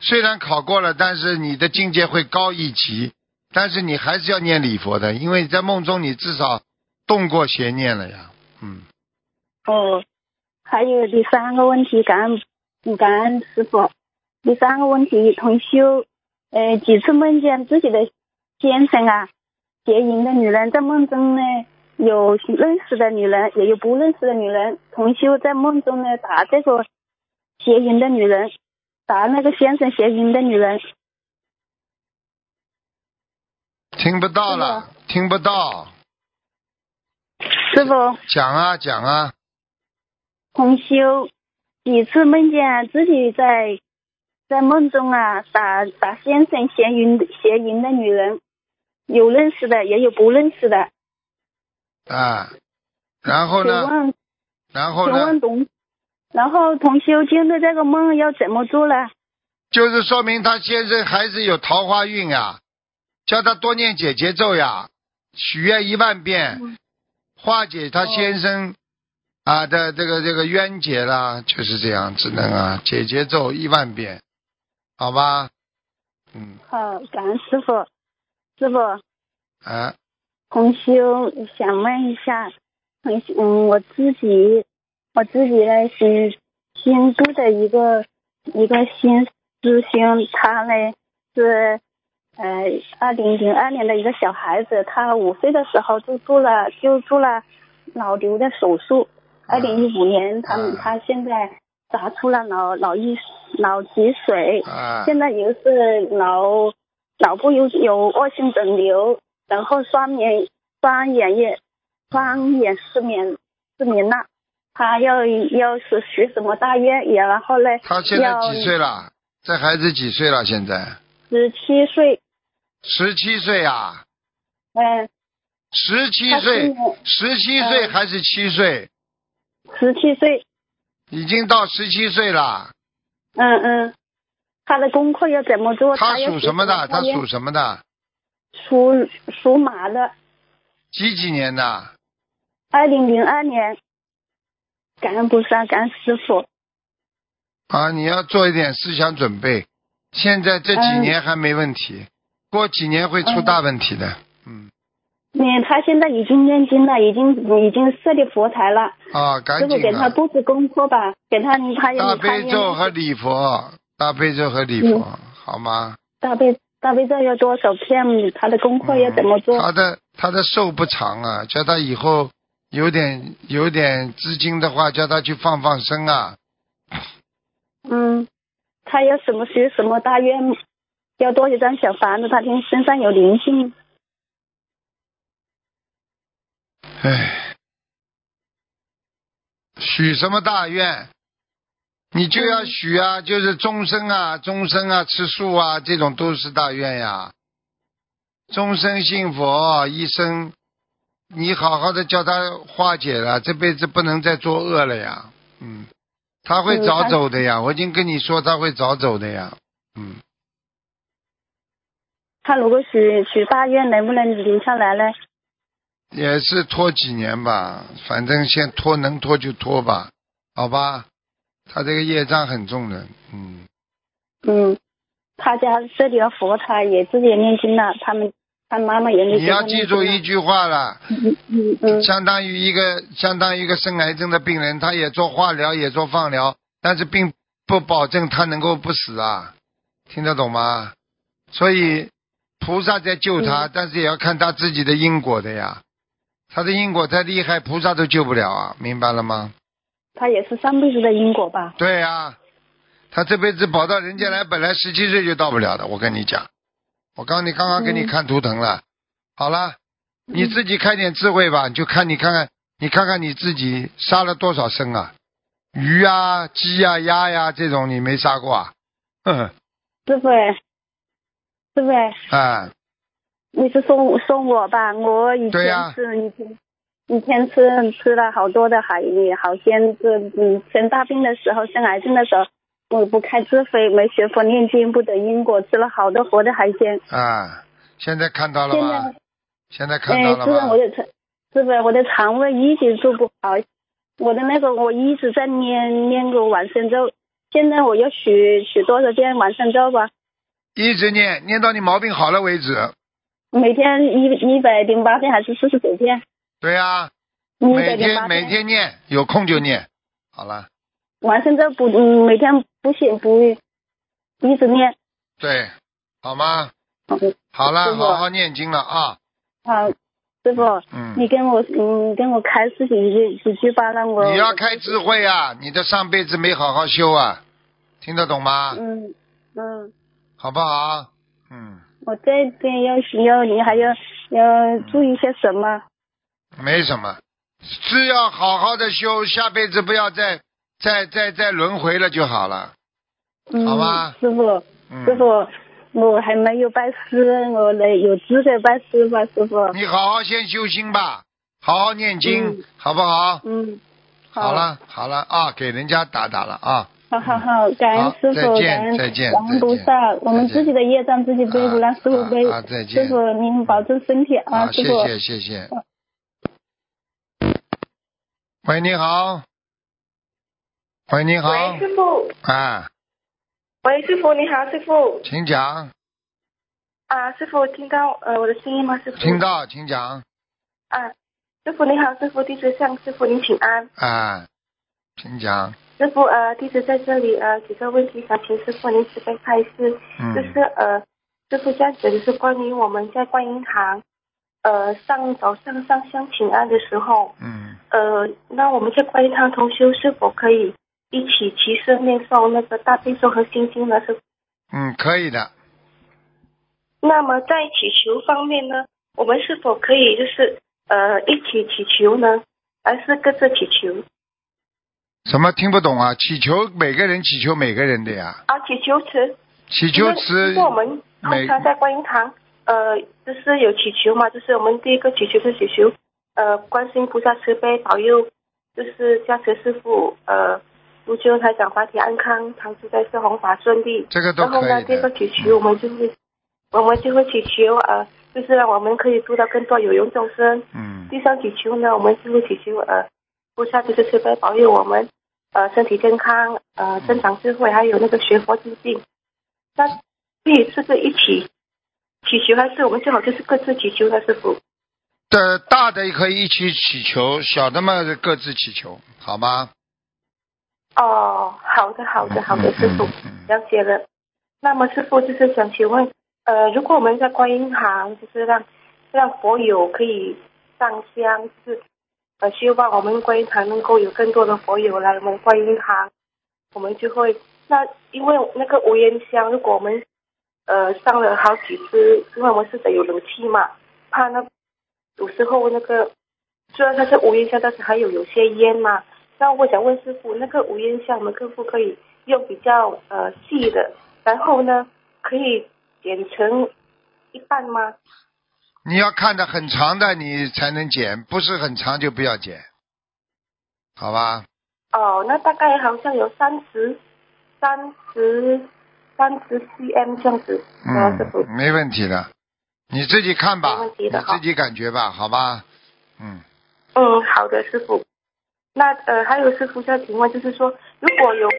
S2: 虽然考过了，但是你的境界会高一级，但是你还是要念礼佛的，因为你在梦中你至少动过邪念了呀。嗯，
S5: 哦，还有第三个问题，感恩感恩师傅。第三个问题，同修，呃，几次梦见自己的先生啊，结淫的女人在梦中呢，有认识的女人，也有不认识的女人。同修在梦中呢，打这个邪淫的女人，打那个先生邪淫的女人。
S2: 听不到了，听不到，
S5: 师傅，
S2: 讲啊讲啊，
S5: 同修几次梦见自己在在梦中啊，打打先生邪淫邪淫的女人，有认识的，也有不认识的。
S2: 啊，然后
S5: 请
S2: 呢，
S5: 问，
S2: 然后
S5: 请
S2: 呢
S5: 问，同，然后同修经历这个梦要怎么做呢？
S2: 就是说明他先生还是有桃花运啊，叫他多念解结咒呀，许愿一万遍，化解他先生啊的这个这个冤结啦，就是这样，只能啊解结咒一万遍，好吧？嗯
S5: 好，感恩师傅，师傅。
S2: 啊，
S5: 同修想问一下，同修嗯，我自己我自己呢是新度的一个一个新师兄，他呢是呃二零零二年的一个小孩子，他五岁的时候就做了就做了脑瘤的手术，二零一五年他
S2: 嗯
S5: 他现在查出了脑脑溢脑积水，
S2: 啊
S5: 现在又是脑脑部有有恶性肿瘤，然后双眼双眼也双眼失明失明了，他要要是学什么大院也，然后呢，
S2: 他现在
S5: 要
S2: 几岁了？这孩子几岁了？现在
S5: 十七岁，
S2: 十七岁啊，
S5: 嗯、
S2: 十七
S5: 他今
S2: 岁，
S5: 年
S2: 十七岁还是七岁？
S5: 十七岁，
S2: 已经到十七岁了。
S5: 嗯嗯，他的功课要怎么做？
S2: 他
S5: 要
S2: 属
S5: 学
S2: 什么的？
S5: 大
S2: 他
S5: 院
S2: 属什么的？
S5: 属属马的，
S2: 几几年的？
S5: 二零零二年。感恩菩萨，感恩师傅。
S2: 啊，你要做一点思想准备。现在这
S5: 嗯
S2: 几年还没问题，过几年会出大问题的。嗯，
S5: 嗯，他现在已经念经了，已经已经设立佛台了。
S2: 啊，
S5: 师
S2: 赶
S5: 傅
S2: 紧
S5: 给他
S2: 的。
S5: 布置功课吧，给他他
S2: 大
S5: 有他
S2: 悲咒和礼佛，大悲咒和礼
S5: 嗯
S2: 佛，好吗？
S5: 大悲大悲咒要多少遍？他的功课要怎么做？
S2: 嗯他的他的寿不长啊，叫他以后有点有点资金的话，叫他去放放生啊。
S5: 嗯，他要什么学什么大愿，要多少张小房子？他听身上有灵性，
S2: 唉，哎许什么大愿？你就要许啊，就是终身啊，终身啊，吃素啊，这种都是大愿呀。终身信佛，一生，你好好的叫他化解了，这辈子不能再作恶了呀。嗯，他会
S5: 嗯
S2: 早
S5: 他
S2: 走的呀，我已经跟你说他会早走的呀。嗯，
S5: 他如果许许大愿，能不能留下来呢？
S2: 也是拖几年吧，反正先拖，能拖就拖吧，好吧。他这个业障很重的，嗯。
S5: 嗯，他家这里的佛台也自己也念经了，他们他妈妈也念
S2: 你
S5: 经了。
S2: 要记住一句话了，
S5: 嗯嗯
S2: 相当于一个相当于一个生癌症的病人，他也做化疗，也做放疗，但是并不保证他能够不死啊，听得懂吗？所以菩萨在救他，但是也要看他自己的因果的呀。他的因果太厉害，菩萨都救不了啊，明白了吗？
S5: 他也是上辈子的因果吧？
S2: 对呀、他这辈子跑到人间来，本来十七岁就到不了的。我跟你讲，我刚你刚刚给你看图腾了，好了，你自己开点智慧吧，你就看你看看你看看你自己杀了多少生啊，鱼啊、鸡啊、鸭呀、这种你没杀过啊？ 嗯，
S5: 师傅，师傅，
S2: 啊，
S5: 你是说我说我吧？我以
S2: 对呀
S5: 前是以前以前吃吃了好多的海鱼，好像这嗯生大病的时候，生癌症的时候，我不开智慧，没学佛念经，不得因果，吃了好多活的海鲜。
S2: 啊，现在看到了
S5: 现
S2: 吗
S5: 在？
S2: 现在看
S5: 哎，
S2: 到
S5: 是
S2: 了
S5: 的，我
S2: 吗？
S5: 的肠，是的，我的肠胃一直做不好，我的那个我一直在念念个往生咒，现在我又许许多少遍往生咒吧，
S2: 一直念，念到你毛病好了为止。
S5: 每天一一百零八遍还是四十九遍，
S2: 对呀、
S5: 一百
S2: 每
S5: 零八
S2: 天每
S5: 遍。
S2: 天念，有空就念。好了，
S5: 往生咒不嗯每天不写不一直念，
S2: 对，好吗？
S5: 好的
S2: 好了，
S5: 师傅
S2: 好好念经了啊。
S5: 好，师傅，
S2: 嗯，
S5: 你跟我嗯跟我开示几句几句吧，让我
S2: 你要开智慧啊！你的上辈子没好好修啊，听得懂吗？
S5: 嗯嗯，
S2: 好不好？嗯，
S5: 我这边要要你还要要注意些什么？
S2: 没什么，只要好好的修，下辈子不要再再再再轮回了就好了。
S5: 嗯，
S2: 好吧
S5: 师傅，
S2: 嗯，
S5: 师傅，我还没有拜师，我来有资格拜师吧，师傅。
S2: 你好好先修心吧，好好念经，
S5: 嗯
S2: 好不好？
S5: 嗯，
S2: 好，了，好了啊，给人家打打了啊。
S5: 好好好，感恩
S2: 好
S5: 师
S2: 再
S5: 傅，
S2: 见
S5: 感恩
S2: 再见
S5: 感恩菩萨，我们自己的业障自己背，不让师傅背。
S2: 啊啊再见
S5: 师傅，您保重身体
S2: 好，
S5: 啊，师
S2: 谢
S5: 傅。啊
S2: 谢谢谢。喂，你好。喂，你好
S6: 喂，。师傅，
S2: 啊，
S6: 喂，师傅，你好，师傅
S2: 请讲，
S6: 啊，师傅听到呃我的声音吗？师傅
S2: 听到，请讲
S6: 啊，师傅你好，师傅弟子向师傅您请安，
S2: 啊，请讲。
S6: 师傅呃弟子在这里呃几个问题想请师傅您慈悲开示，
S2: 嗯
S6: 就是呃师傅这样子就是关于我们在观音堂呃上早上上香请安的时候，
S2: 嗯，
S6: 呃那我们在观音堂同修是否可以一起齐声念诵那个大悲咒和心经呢？师傅
S2: 嗯，可以的。
S6: 那么在祈求方面呢，我们是否可以就是呃一起祈求呢，还是各自祈求？
S2: 什么听不懂啊？祈求每个人祈求每个人的呀，
S6: 啊，祈求词，
S2: 祈求词
S6: 因为我们通常在观音堂，呃，就是有祈求嘛，就是我们第一个祈求是祈求，呃，观世音菩萨慈悲保佑，就是加持师傅，呃，卢修台长法体安康，长治在世，弘法顺利。
S2: 这个都
S6: 然后
S2: 可
S6: 呢，
S2: 以
S6: 这个
S2: 的。
S6: 祈求我们就会，我们就会祈求呃，就是让我们可以度到更多有缘众生。
S2: 嗯
S6: 第三祈求呢，我们就会祈求呃，菩萨就是慈悲保佑我们呃身体健康，呃增长智慧，还有那个学佛精进。那至于这个一起祈求，还是我们最好就是各自祈求呢，师傅？
S2: 的大的可以一起祈求，小的嘛各自祈求，好吗？
S6: 哦，好的，好的，好的，师傅
S2: 嗯，嗯嗯
S6: 了解了。那么师傅就是想请问，呃，如果我们在观音堂，就是让让佛友可以上香，就是呃，希望我们观音堂能够有更多的佛友来我们观音堂，我们就会那因为那个无烟香，如果我们呃上了好几支，因为我们是得有冷气嘛，怕那有时候那个虽然它是无烟香，但是还有有些烟嘛，那我想问师傅，那个无烟香我们可不可以用比较呃细的，然后呢可以剪成一半吗？
S2: 你要看的很长的，你才能剪，不是很长就不要剪，好吧？
S6: 哦，那大概好像有三十、三十、三十 cm 这样子，呃，师傅。
S2: 嗯，没问题的，你自己看吧
S6: 没问，
S2: 你
S6: 题的好
S2: 自己感觉吧，好吧？嗯，
S6: 嗯，好的，师傅。那呃，还有师傅想请问，就是说，如果有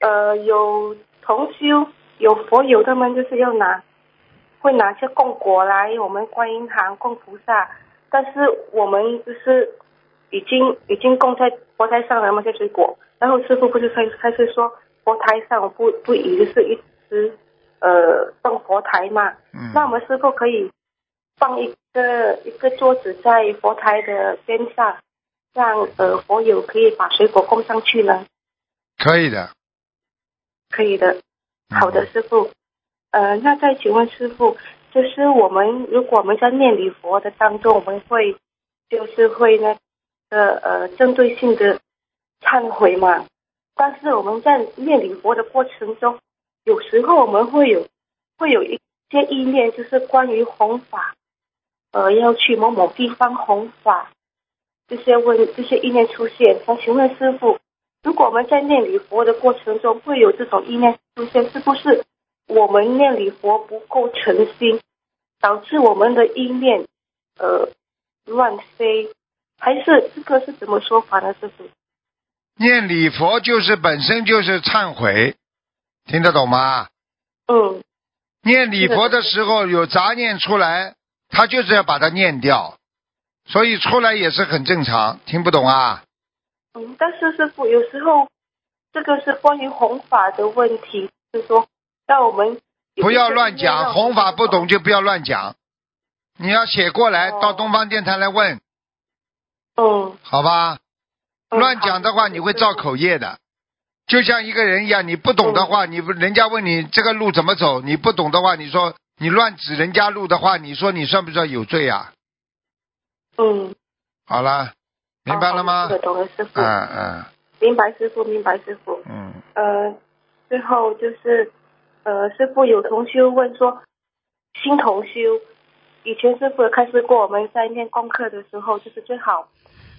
S6: 呃有同修有佛友，他们就是要拿会拿些供果来我们观音堂供菩萨，但是我们就是已经已经供在佛台上了嘛，这水果。然后师傅不是开开始说佛台上我不不宜就是一直呃放佛台嘛，
S2: 嗯
S6: 那我们是否可以放一个一个桌子在佛台的边上，让呃佛友可以把水果供上去呢？
S2: 可以的。
S6: 可以的，
S2: 嗯
S6: 好的，。师傅。呃，那再请问师傅，就是我们如果我们在念礼佛的当中，我们会就是会那个呃针对性的忏悔嘛？但是我们在念礼佛的过程中，有时候我们会有会有一些意念，就是关于弘法，呃，要去某某地方弘法，这些问这些意念出现。想请问师傅，如果我们在念礼佛的过程中会有这种意念出现，是不是我们念礼佛不够诚心，导致我们的意念呃乱飞？还是这个是怎么说法呢？师傅？
S2: 念礼佛就是本身就是忏悔，听得懂吗？
S6: 嗯
S2: 念礼佛的时候有杂念出来，他就是要把它念掉，所以出来也是很正常。听不懂啊？
S6: 嗯，但是师傅有时候这个是关于弘法的问题，就是说让我们
S2: 不要乱讲，弘法不懂。就不要乱讲。你要写过来，
S6: 哦
S2: 到东方电台来问，
S6: 嗯，
S2: 好吧？
S6: 嗯
S2: 乱讲的话，你会造。口业的。就像一个人一样，你不懂的
S6: 哦
S2: 话，你不人家问你这个路怎么走，你不懂的话，你说你乱指人家路的话，你说你算不算有罪啊？
S6: 好嗯，
S2: 好了，明白了吗
S6: 哦好？的懂了，师傅。
S2: 嗯嗯
S6: 明白，师傅，明白，师傅。
S2: 嗯，
S6: 呃，最后就是，呃，师傅有同修问说，新同修，以前师傅有开示过，我们在念功课的时候，就是最好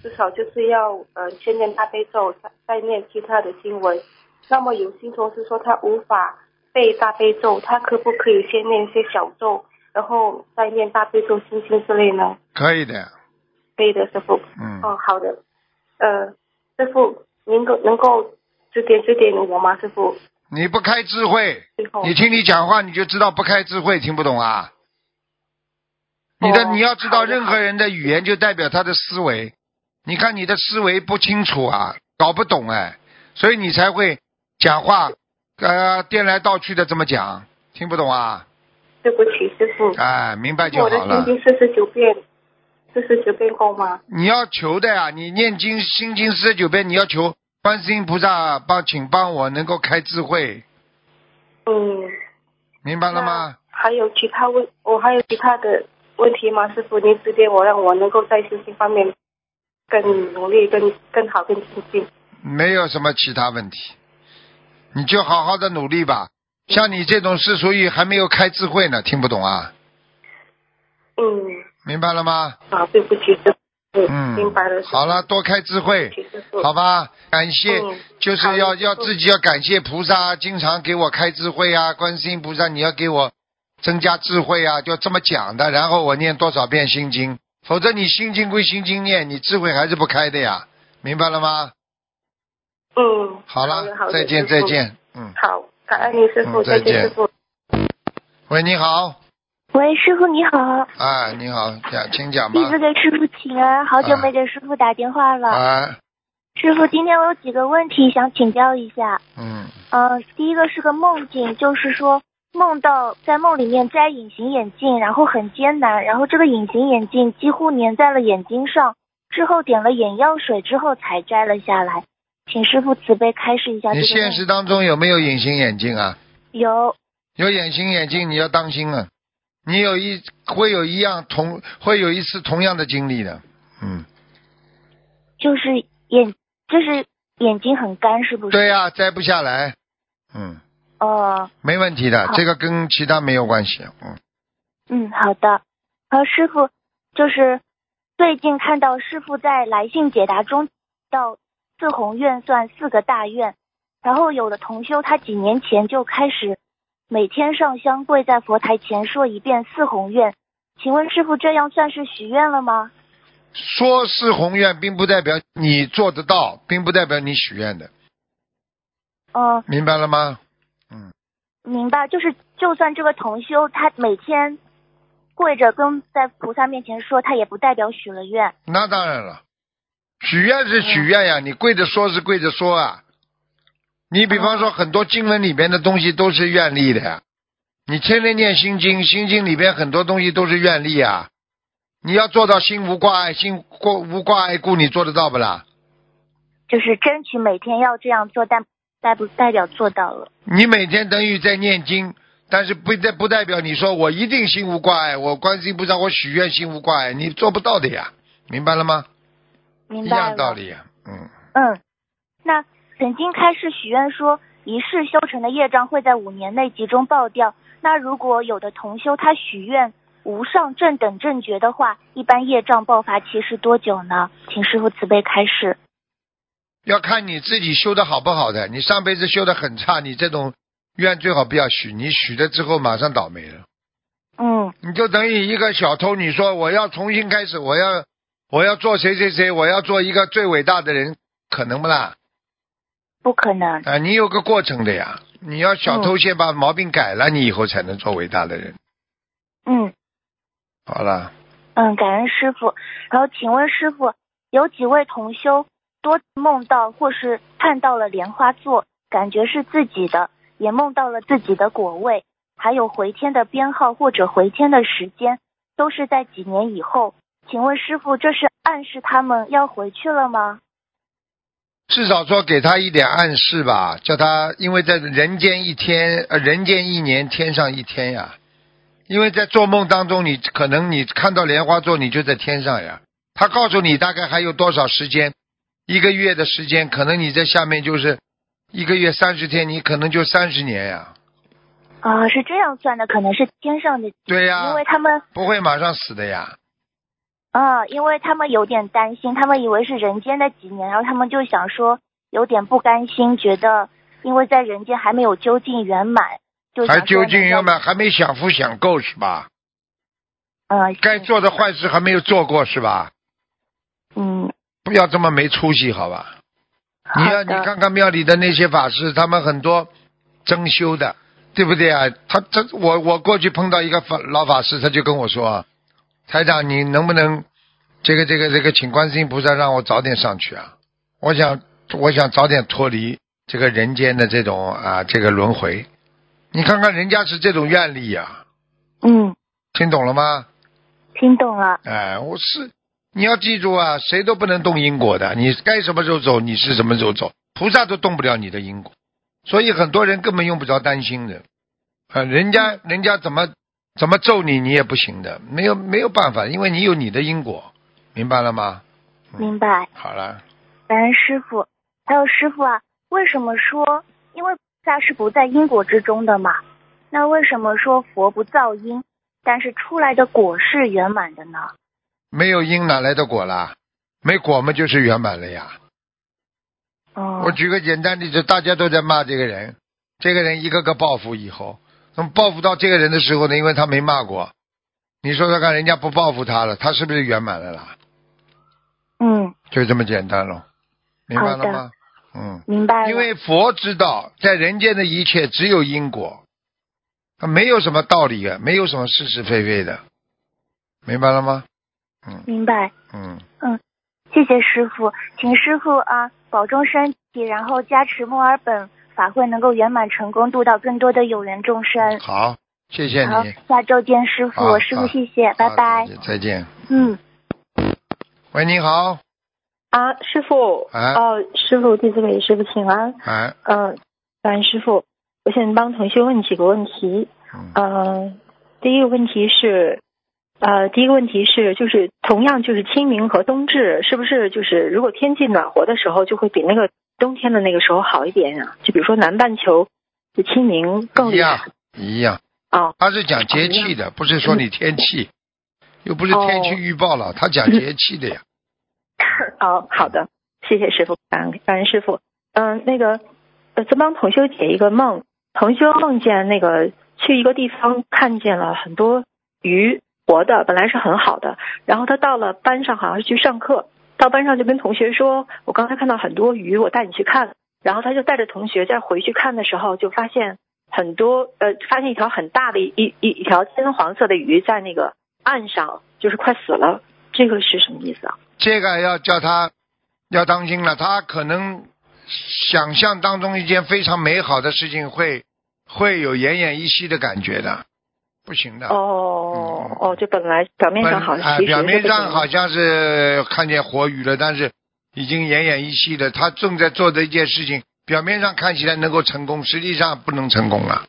S6: 至少就是要呃先念大悲咒，再再念其他的经文。那么有新同事说他无法背大悲咒，他可不可以先念一些小咒，然后再念大悲咒、心经之类呢？
S2: 可以的，
S6: 可以的，师傅。
S2: 嗯。
S6: 哦，好的。呃，师傅，您够能够指点指点我吗？师傅，
S2: 你不开智慧，
S6: 最后
S2: 你听你讲话你就知道不开智慧，听不懂啊？你的、
S6: 哦
S2: 你要知道，
S6: 好的
S2: 任何人的语言就代表他的思维。你看你的思维不清楚啊，搞不懂哎，所以你才会讲话，呃，颠来倒去的这么讲，听不懂啊？
S6: 对不起，师傅，
S2: 哎，明白就
S6: 我的
S2: 好
S6: 心
S2: 了。
S6: 经四十九遍，四十九遍够吗？
S2: 你要求的呀、你念经心经四十九遍，你要求观世音菩萨帮，请帮我能够开智慧，
S6: 嗯，
S2: 明白了吗？
S6: 还有其他问，我还有其他的问题吗？师傅，您指点我，让我能够在心经方面更努力、更更好、更精进。
S2: 没有什么其他问题，你就好好的努力吧。像你这种是属于还没有开智慧呢，听不懂啊，
S6: 嗯，
S2: 明白了吗？
S6: 啊，对不起，师傅，
S2: 嗯，
S6: 明白了。师傅
S2: 好了，，多开智慧
S6: 对，不起，师傅，
S2: 好吧？感谢，
S6: 嗯
S2: 就是
S6: 好的
S2: 要
S6: 师
S2: 要
S6: 父
S2: 自己要感谢菩萨，经常给我开智慧啊，观世音菩萨，你要给我增加智慧啊，就这么讲的。然后我念多少遍心经，否则你心经归心经念，你智慧还是不开的呀，明白了吗？
S6: 嗯，
S2: 好
S6: 的
S2: 了，
S6: 好的
S2: 再见，
S6: 师
S2: 再
S6: 父
S2: 见，嗯，
S6: 好，感恩您师傅，
S2: 嗯再
S6: 再见
S2: 见
S6: 师傅。
S2: 喂，你好。
S7: 喂，师傅你好，
S2: 啊，你好，讲，请讲吧
S7: 弟。子给师傅请安，好久没给师傅打电话了。
S2: 啊，
S7: 师傅，今天我有几个问题想请教一下。
S2: 嗯，
S7: 嗯、第一个是个梦境，就是说梦到在梦里面摘隐形眼镜，然后很艰难，然后这个隐形眼镜几乎粘在了眼睛上，之后点了眼药水之后才摘了下来。请师傅慈悲开示一下这
S2: 你
S7: 个梦。
S2: 现实当中有没有隐形眼镜啊？
S7: 有
S2: 有隐形眼镜你要当心啊，你有一会有一样同会有一次同样的经历的，嗯，
S7: 就是眼就是眼睛很干是不是？
S2: 对呀、摘不下来，嗯，
S7: 哦。
S2: 没问题的，
S7: 好
S2: 这个跟其他没有关系，嗯，
S7: 嗯，好的。呃，师傅，就是最近看到师傅在来信解答中到四宏愿算四个大愿，然后有的同修他几年前就开始每天上香跪在佛台前说一遍四宏愿，请问师傅这样算是许愿了吗？
S2: 说是宏愿，并不代表你做得到，并不代表你许愿的，
S7: 嗯、
S2: 明白了吗？
S7: 明白，就是就算这个同修他每天跪着跟在菩萨面前说，他也不代表许了愿。
S2: 那当然了，许愿是许愿
S7: 嗯
S2: 呀，你跪着说是跪着说啊。你比方说，很多经文里边的东西都是愿力的呀。你天天念心经，心经里边很多东西都是愿力啊。你要做到心无挂碍，心过无挂碍故，你做得到不啦？
S7: 就是争取每天要这样做，但代不代表做到了？
S2: 你每天等于在念经，但是不代不代表你说我一定心无挂碍，我观世音菩萨我许愿心无挂碍，你做不到的呀，明白了吗？
S7: 明
S2: 一
S7: 白了。
S2: 样道理呀，嗯，
S7: 嗯，那曾经开示许愿说，一世修成的业障会在五年内集中爆掉。那如果有的同修他许愿
S8: 无上正等正觉的话，一般业障爆发期是多久呢？请师傅慈悲开示。
S2: 要看你自己修的好不好的。你上辈子修的很差，你这种愿最好不要许。你许了之后马上倒霉了，
S8: 嗯
S2: 你就等于一个小偷，你说我要重新开始，我要我要做谁谁谁，我要做一个最伟大的人，可能不啦？，
S8: 不可能。
S2: 啊，你有个过程的呀。你要小偷先把毛病改了，你以后才能做伟大的人。
S8: 嗯
S2: 好了，
S8: 嗯，感恩师傅。然后请问师傅，有几位同修多梦到或是看到了莲花座，感觉是自己的，也梦到了自己的果位，还有回天的编号或者回天的时间，都是在几年以后。请问师傅，这是暗示他们要回去了吗？
S2: 至少说给他一点暗示吧，叫他因为在人间一天，呃，人间一年，天上一天呀。因为在做梦当中，你可能你看到莲花座，你就在天上呀。他告诉你大概还有多少时间，一个月的时间，可能你在下面就是一个月三十天，你可能就三十年呀。
S8: 啊、是这样算的，可能是天上的，
S2: 对呀、
S8: 因为他们
S2: 不会马上死的呀。
S8: 嗯，因为他们有点担心，他们以为是人间的几年，然后他们就想说有点不甘心，觉得因为在人间还没有究竟圆满，就想说
S2: 还究竟
S8: 能
S2: 要
S8: 够
S2: 么还没享福享够是吧？
S8: 嗯
S2: 该做的坏事还没有做过是吧？
S8: 嗯
S2: 不要这么没出息好吧？你
S8: 好
S2: 要
S8: 的
S2: 你看看庙里的那些法师，他们很多真修的，对不对啊？他他我我过去碰到一个法老法师，他就跟我说啊，台长你能不能这个这个这个请观世音菩萨让我早点上去啊？我想我想早点脱离这个人间的这种啊这个轮回。你看看人家是这种愿力呀、啊
S8: 嗯，
S2: 听懂了吗？
S8: 听懂了，
S2: 哎，我是你要记住啊，谁都不能动因果的。你该什么时候走，你是什么时候走，菩萨都动不了你的因果。所以很多人根本用不着担心的，啊，人家人家怎么怎么咒你，你也不行的，没有没有办法，因为你有你的因果，明白了吗？嗯
S8: 明白。
S2: 好了，
S8: 感恩师傅，还有师傅啊，为什么说因为菩萨是不在因果之中的嘛？那为什么说佛不造因，但是出来的果是圆满的呢？
S2: 没有因哪来的果啦？没果嘛就是圆满了呀。
S8: 哦、
S2: 我举个简单例子，大家都在骂这个人，这个人一个个报复以后，那么报复到这个人的时候呢，因为他没骂过，你说说看，人家不报复他了，他是不是圆满了啦？
S8: 嗯，
S2: 就这么简单咯，明白了
S8: 好
S2: 吗？嗯，
S8: 明白了。
S2: 因为佛知道，在人间的一切只有因果，它没有什么道理啊，没有什么是是非非的，明白了吗？
S8: 明白。
S2: 嗯，
S8: 谢谢师傅，请师傅啊保重身体，然后加持墨尔本法会能够圆满成功，度到更多的有缘众生。
S2: 好，谢谢
S8: 好
S2: 你，，
S8: 下周见，师傅，
S2: 好
S8: 师
S2: 好
S8: 傅谢谢，拜
S2: 好
S8: 拜。，
S2: 再见。
S8: 嗯，
S2: 喂，你好，
S7: 啊，师傅，
S2: 哎
S7: 哦，师傅，弟子给师傅请安。
S2: 哎，
S7: 嗯、感恩师傅，我想帮同学问几个问题。
S2: 嗯
S8: 哦
S7: 呃，第一个问题是，呃，第一个问题是，就是同样就是清明和冬至，是不是就是如果天气暖和的时候，就会比那个冬天的那个时候好一点啊？就比如说南半球的清明更
S2: 一
S7: 厉害
S2: 样一样。
S7: 哦，
S2: 他是讲节气的，不是说你天气，又不是天气预报了，他讲节气 的呀。
S7: 哦，好的，谢谢师傅，感恩感恩师傅。嗯，那个，呃，再帮同修解一个梦，同修梦见那个去一个地方，看见了很多鱼，活的，本来是很好的，然后他到了班上，好像是去上课，到班上就跟同学说：“我刚才看到很多鱼，我带你去看。”然后他就带着同学再回去看的时候，就发现很多呃，发现一条很大的一一一一条金黄色的鱼在那个岸上，就是快死了。这个是什么意思啊？
S2: 这个要叫他要当心了，他可能想象当中一件非常美好的事情会，会有奄奄一息的感觉的，不行的。嗯
S7: 哦哦，就本来表面
S2: 本
S7: 上好，
S2: 啊、
S7: 其实
S2: 表面
S7: 是不
S2: 上
S7: 行
S2: 好像是看见活鱼了，但是已经奄奄一息的。他正在做的一件事情，表面上看起来能够成功，实际上不能成功了。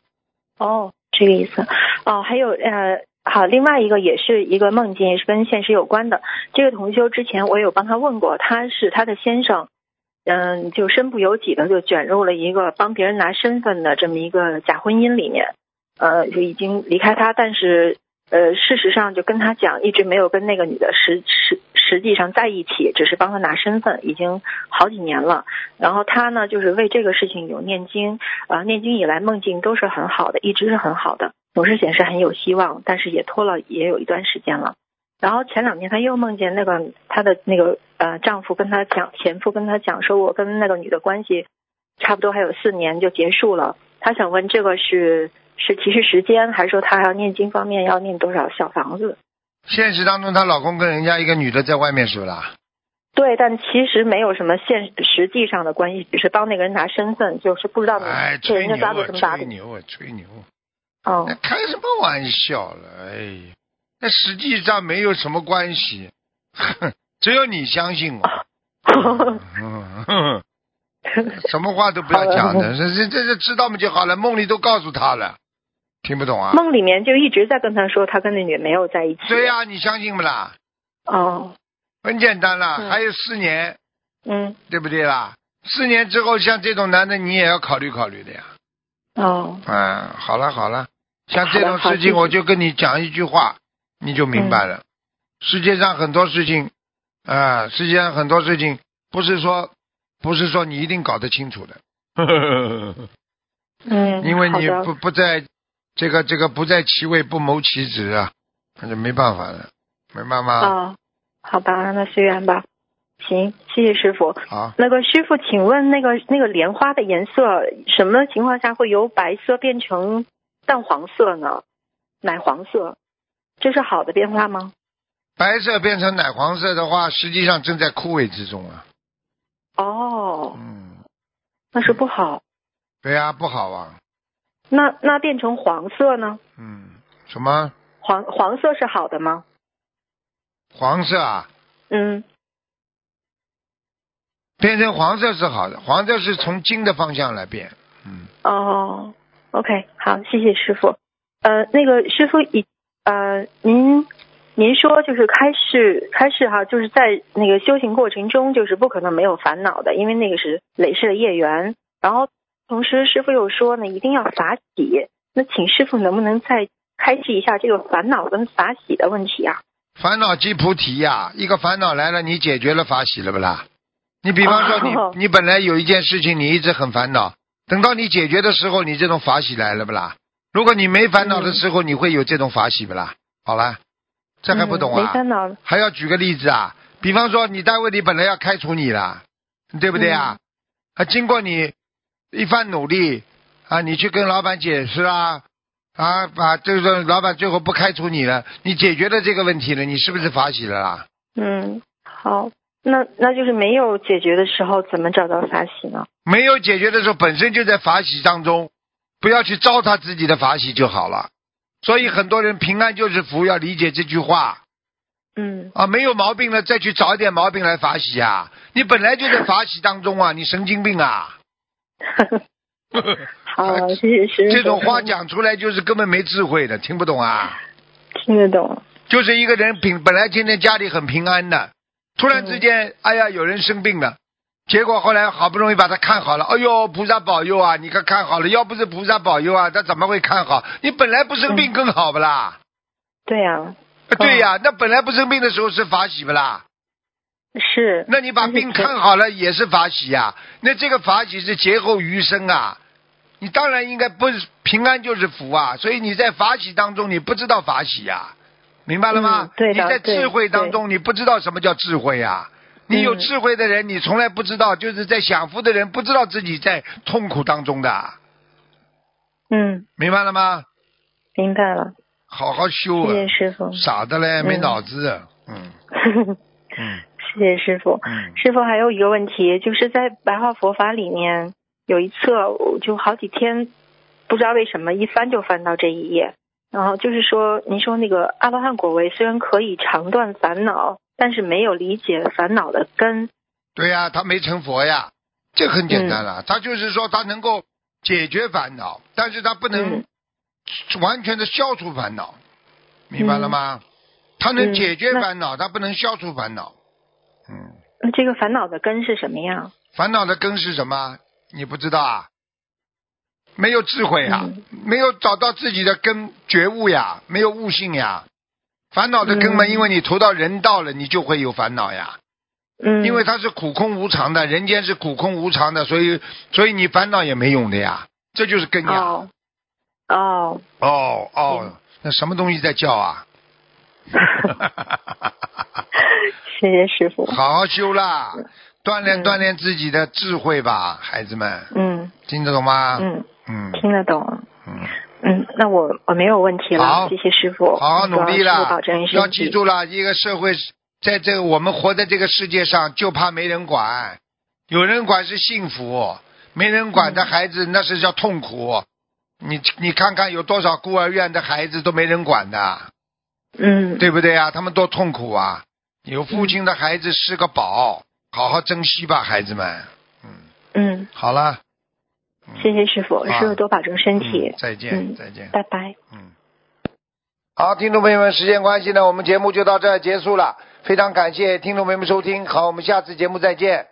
S7: 哦，这个意思。哦，还有呃，好，另外一个也是一个梦境，也是跟现实有关的。这个同修之前我有帮他问过，他是他的先生，嗯，就身不由己的就卷入了一个帮别人拿身份的这么一个假婚姻里面，呃，就已经离开他，但是呃，事实上就跟他讲，一直没有跟那个女的实实实际上在一起，只是帮他拿身份，已经好几年了。然后他呢，就是为这个事情有念经，啊、念经以来梦境都是很好的，一直是很好的，总是显示很有希望，但是也拖了也有一段时间了。然后前两天她又梦见那个她的那个呃丈夫跟她讲，前夫跟她讲说，我跟那个女的关系差不多还有四年就结束了。她想问这个是是提示时间，还是说她要念经方面要念多少小房子？
S2: 现实当中，她老公跟人家一个女的在外面是不啦？
S7: 对，但其实没有什么现实际上的关系，只是帮那个人拿身份，就是不知道
S2: 哎，
S7: 给
S2: 吹
S7: 人家
S2: 牛
S7: 抓
S2: 啊
S7: 住什么，把
S2: 吹
S7: 柄。
S2: 牛啊，吹牛啊！
S7: 哦
S2: 那，开什么玩笑了？哎呀，那实际上没有什么关系， 只有你相信我。 嗯哼 什么话都不要讲的，这这这这知道嘛就好了。梦里都告诉他了，听不懂啊？
S7: 梦里面就一直在跟他说，他跟那女没有在一起。
S2: 对、呀、你相信不啦？
S7: 哦，
S2: 很简单啦，
S7: 嗯
S2: 还有四年，
S7: 嗯，
S2: 对不对啦？四年之后，像这种男的，你也要考虑考虑的呀。
S7: 哦，
S2: 嗯，好了好了，像这种
S7: 好的好
S2: 事
S7: 谢谢嗯
S2: 情，我就跟你讲一句话，你就明白了。世界上很多事情，啊、世界上很多事情不是说不是说你一定搞得清 楚的，
S7: 嗯，
S2: 因为
S7: 好
S2: 你
S7: 的
S2: 不不在这个这个不在其位不谋其职啊，那就没办法了，没办法。
S7: 哦，好吧，让他随缘吧。行，谢谢师傅。
S2: 好，
S7: 那个师傅，请问那个那个莲花的颜色，什么情况下会由白色变成淡黄色呢？奶黄色，这是好的变化吗？
S2: 白色变成奶黄色的话，实际上正在枯萎之中啊。
S7: 哦，
S2: 嗯，
S7: 那是不好。
S2: 对呀、不好啊。
S7: 那那变成黄色呢？
S2: 嗯，什么
S7: 黄黄色是好的吗？
S2: 黄色啊？
S7: 嗯，
S2: 变成黄色是好的，黄色是从金的方向来变。嗯，
S7: 哦，OK，好，谢谢师傅。呃，那个师傅以呃，您您说就是开示开示哈，就是在那个修行过程中，就是不可能没有烦恼的，因为那个是累世的业缘。然后同时师傅又说呢，一定要法喜。那请师傅能不能再开示一下这个烦恼跟法喜的问题啊？
S2: 烦恼即菩提呀、一个烦恼来了，你解决了法喜了不啦？你比方说你、
S7: 哦
S2: 你本来有一件事情，你一直很烦恼，等到你解决的时候，你这种法喜来了不啦？如果你没烦恼的时候，你会有这种法喜不啦？好了，这还不懂
S7: 嗯
S2: 啊？
S7: 没烦恼了。
S2: 还要举个例子啊，比方说你单位里本来要开除你了，对不对啊？啊，经过你一番努力啊，你去跟老板解释啊，啊，把这个老板最后不开除你了，你解决了这个问题了，你是不是法喜了啦？
S7: 嗯，好，那那就是没有解决的时候，怎么找到法喜呢？
S2: 没有解决的时候，本身就在法喜当中，不要去糟蹋自己的法喜就好了。所以很多人平安就是福，要理解这句话。
S7: 嗯，
S2: 啊，没有毛病了，再去找一点毛病来法喜啊！你本来就在法喜当中啊，你神经病啊！
S7: 好，谢谢师傅。
S2: 这种话讲出来就是根本没智慧的，听不懂啊！
S7: 听得懂。
S2: 就是一个人平本来今天家里很平安的，突然之间，哎呀，有人生病了，结果后来好不容易把他看好了，哎呦，菩萨保佑啊！你看看好了，要不是菩萨保佑啊，他怎么会看好？你本来不生
S7: 嗯
S2: 病更好不啦？
S7: 对呀、
S2: 啊对呀、那本来不生病的时候是法喜不啦？
S7: 是。
S2: 那你把病看好了也是法喜呀、那这个法喜是劫后余生啊，你当然应该不是平安就是福啊，所以你在法喜当中你不知道法喜呀、明白了吗？
S7: 嗯对
S2: 你
S7: 的
S2: 在智慧当中你不知道什么叫智慧呀、你有
S7: 嗯
S2: 智慧的人，你从来不知道，就是在享福的人不知道自己在痛苦当中的，
S7: 嗯，
S2: 明白了吗？
S7: 明白了，
S2: 好好修啊
S7: 谢，谢师傅，
S2: 傻的嘞，没
S7: 嗯
S2: 脑子，嗯嗯
S7: 谢谢师傅。
S2: 嗯，
S7: 师傅还有一个问题，就是在白话佛法里面有一册，我就好几天不知道为什么一翻就翻到这一页，然后就是说，您说那个阿罗汉果位虽然可以长断烦恼，但是没有理解烦恼的根。
S2: 对呀、他没成佛呀，这很简单
S7: 嗯
S2: 了。他就是说他能够解决烦恼，但是他不能
S7: 嗯
S2: 完全的消除烦恼，明白了
S7: 嗯
S2: 吗？他能解决烦恼，他不能消除烦恼。嗯，
S7: 那这个烦恼的根是什么样？
S2: 烦恼的根是什么？你不知道啊？没有智慧呀、
S7: 嗯
S2: 没有找到自己的根觉悟呀，没有悟性呀。烦恼的根嘛，
S7: 嗯
S2: 因为你投到人道了，你就会有烦恼呀。
S7: 嗯，
S2: 因为它是苦空无常的，人间是苦空无常的，所以所以你烦恼也没用的呀。这就是根呀。
S7: 哦 嗯哦，
S2: 哦哦，那什么东西在叫啊？
S7: 谢谢师傅。
S2: 好好修啦，锻炼锻炼自己的智慧吧，孩子们，
S7: 嗯
S2: 听得懂吗？
S7: 嗯，
S2: 嗯
S7: 听得懂。
S2: 嗯，
S7: 嗯，那我我没有问题
S2: 好
S7: 了，谢谢师傅。
S2: 好好努力
S7: 那个师傅
S2: 啦
S7: 保证，身体
S2: 要记住啦，一个社会是在这个我们活在这个世界上，就怕没人管，有人管是幸福，没人管的孩子那是叫痛苦。你你看看有多少孤儿院的孩子都没人管的，
S7: 嗯，
S2: 对不对啊？他们多痛苦啊！有父亲的孩子是个宝，好好珍惜吧，孩子们。
S7: 嗯，
S2: 好了，
S7: 谢谢师傅，
S2: 啊
S7: 师傅多保重身体
S2: 嗯。再见，
S7: 嗯
S2: 再见。
S7: 拜拜。
S2: 嗯，好，听众朋友们，时间关系呢，我们节目就到这儿结束了。非常感谢听众朋友们收听，好，我们下次节目再见。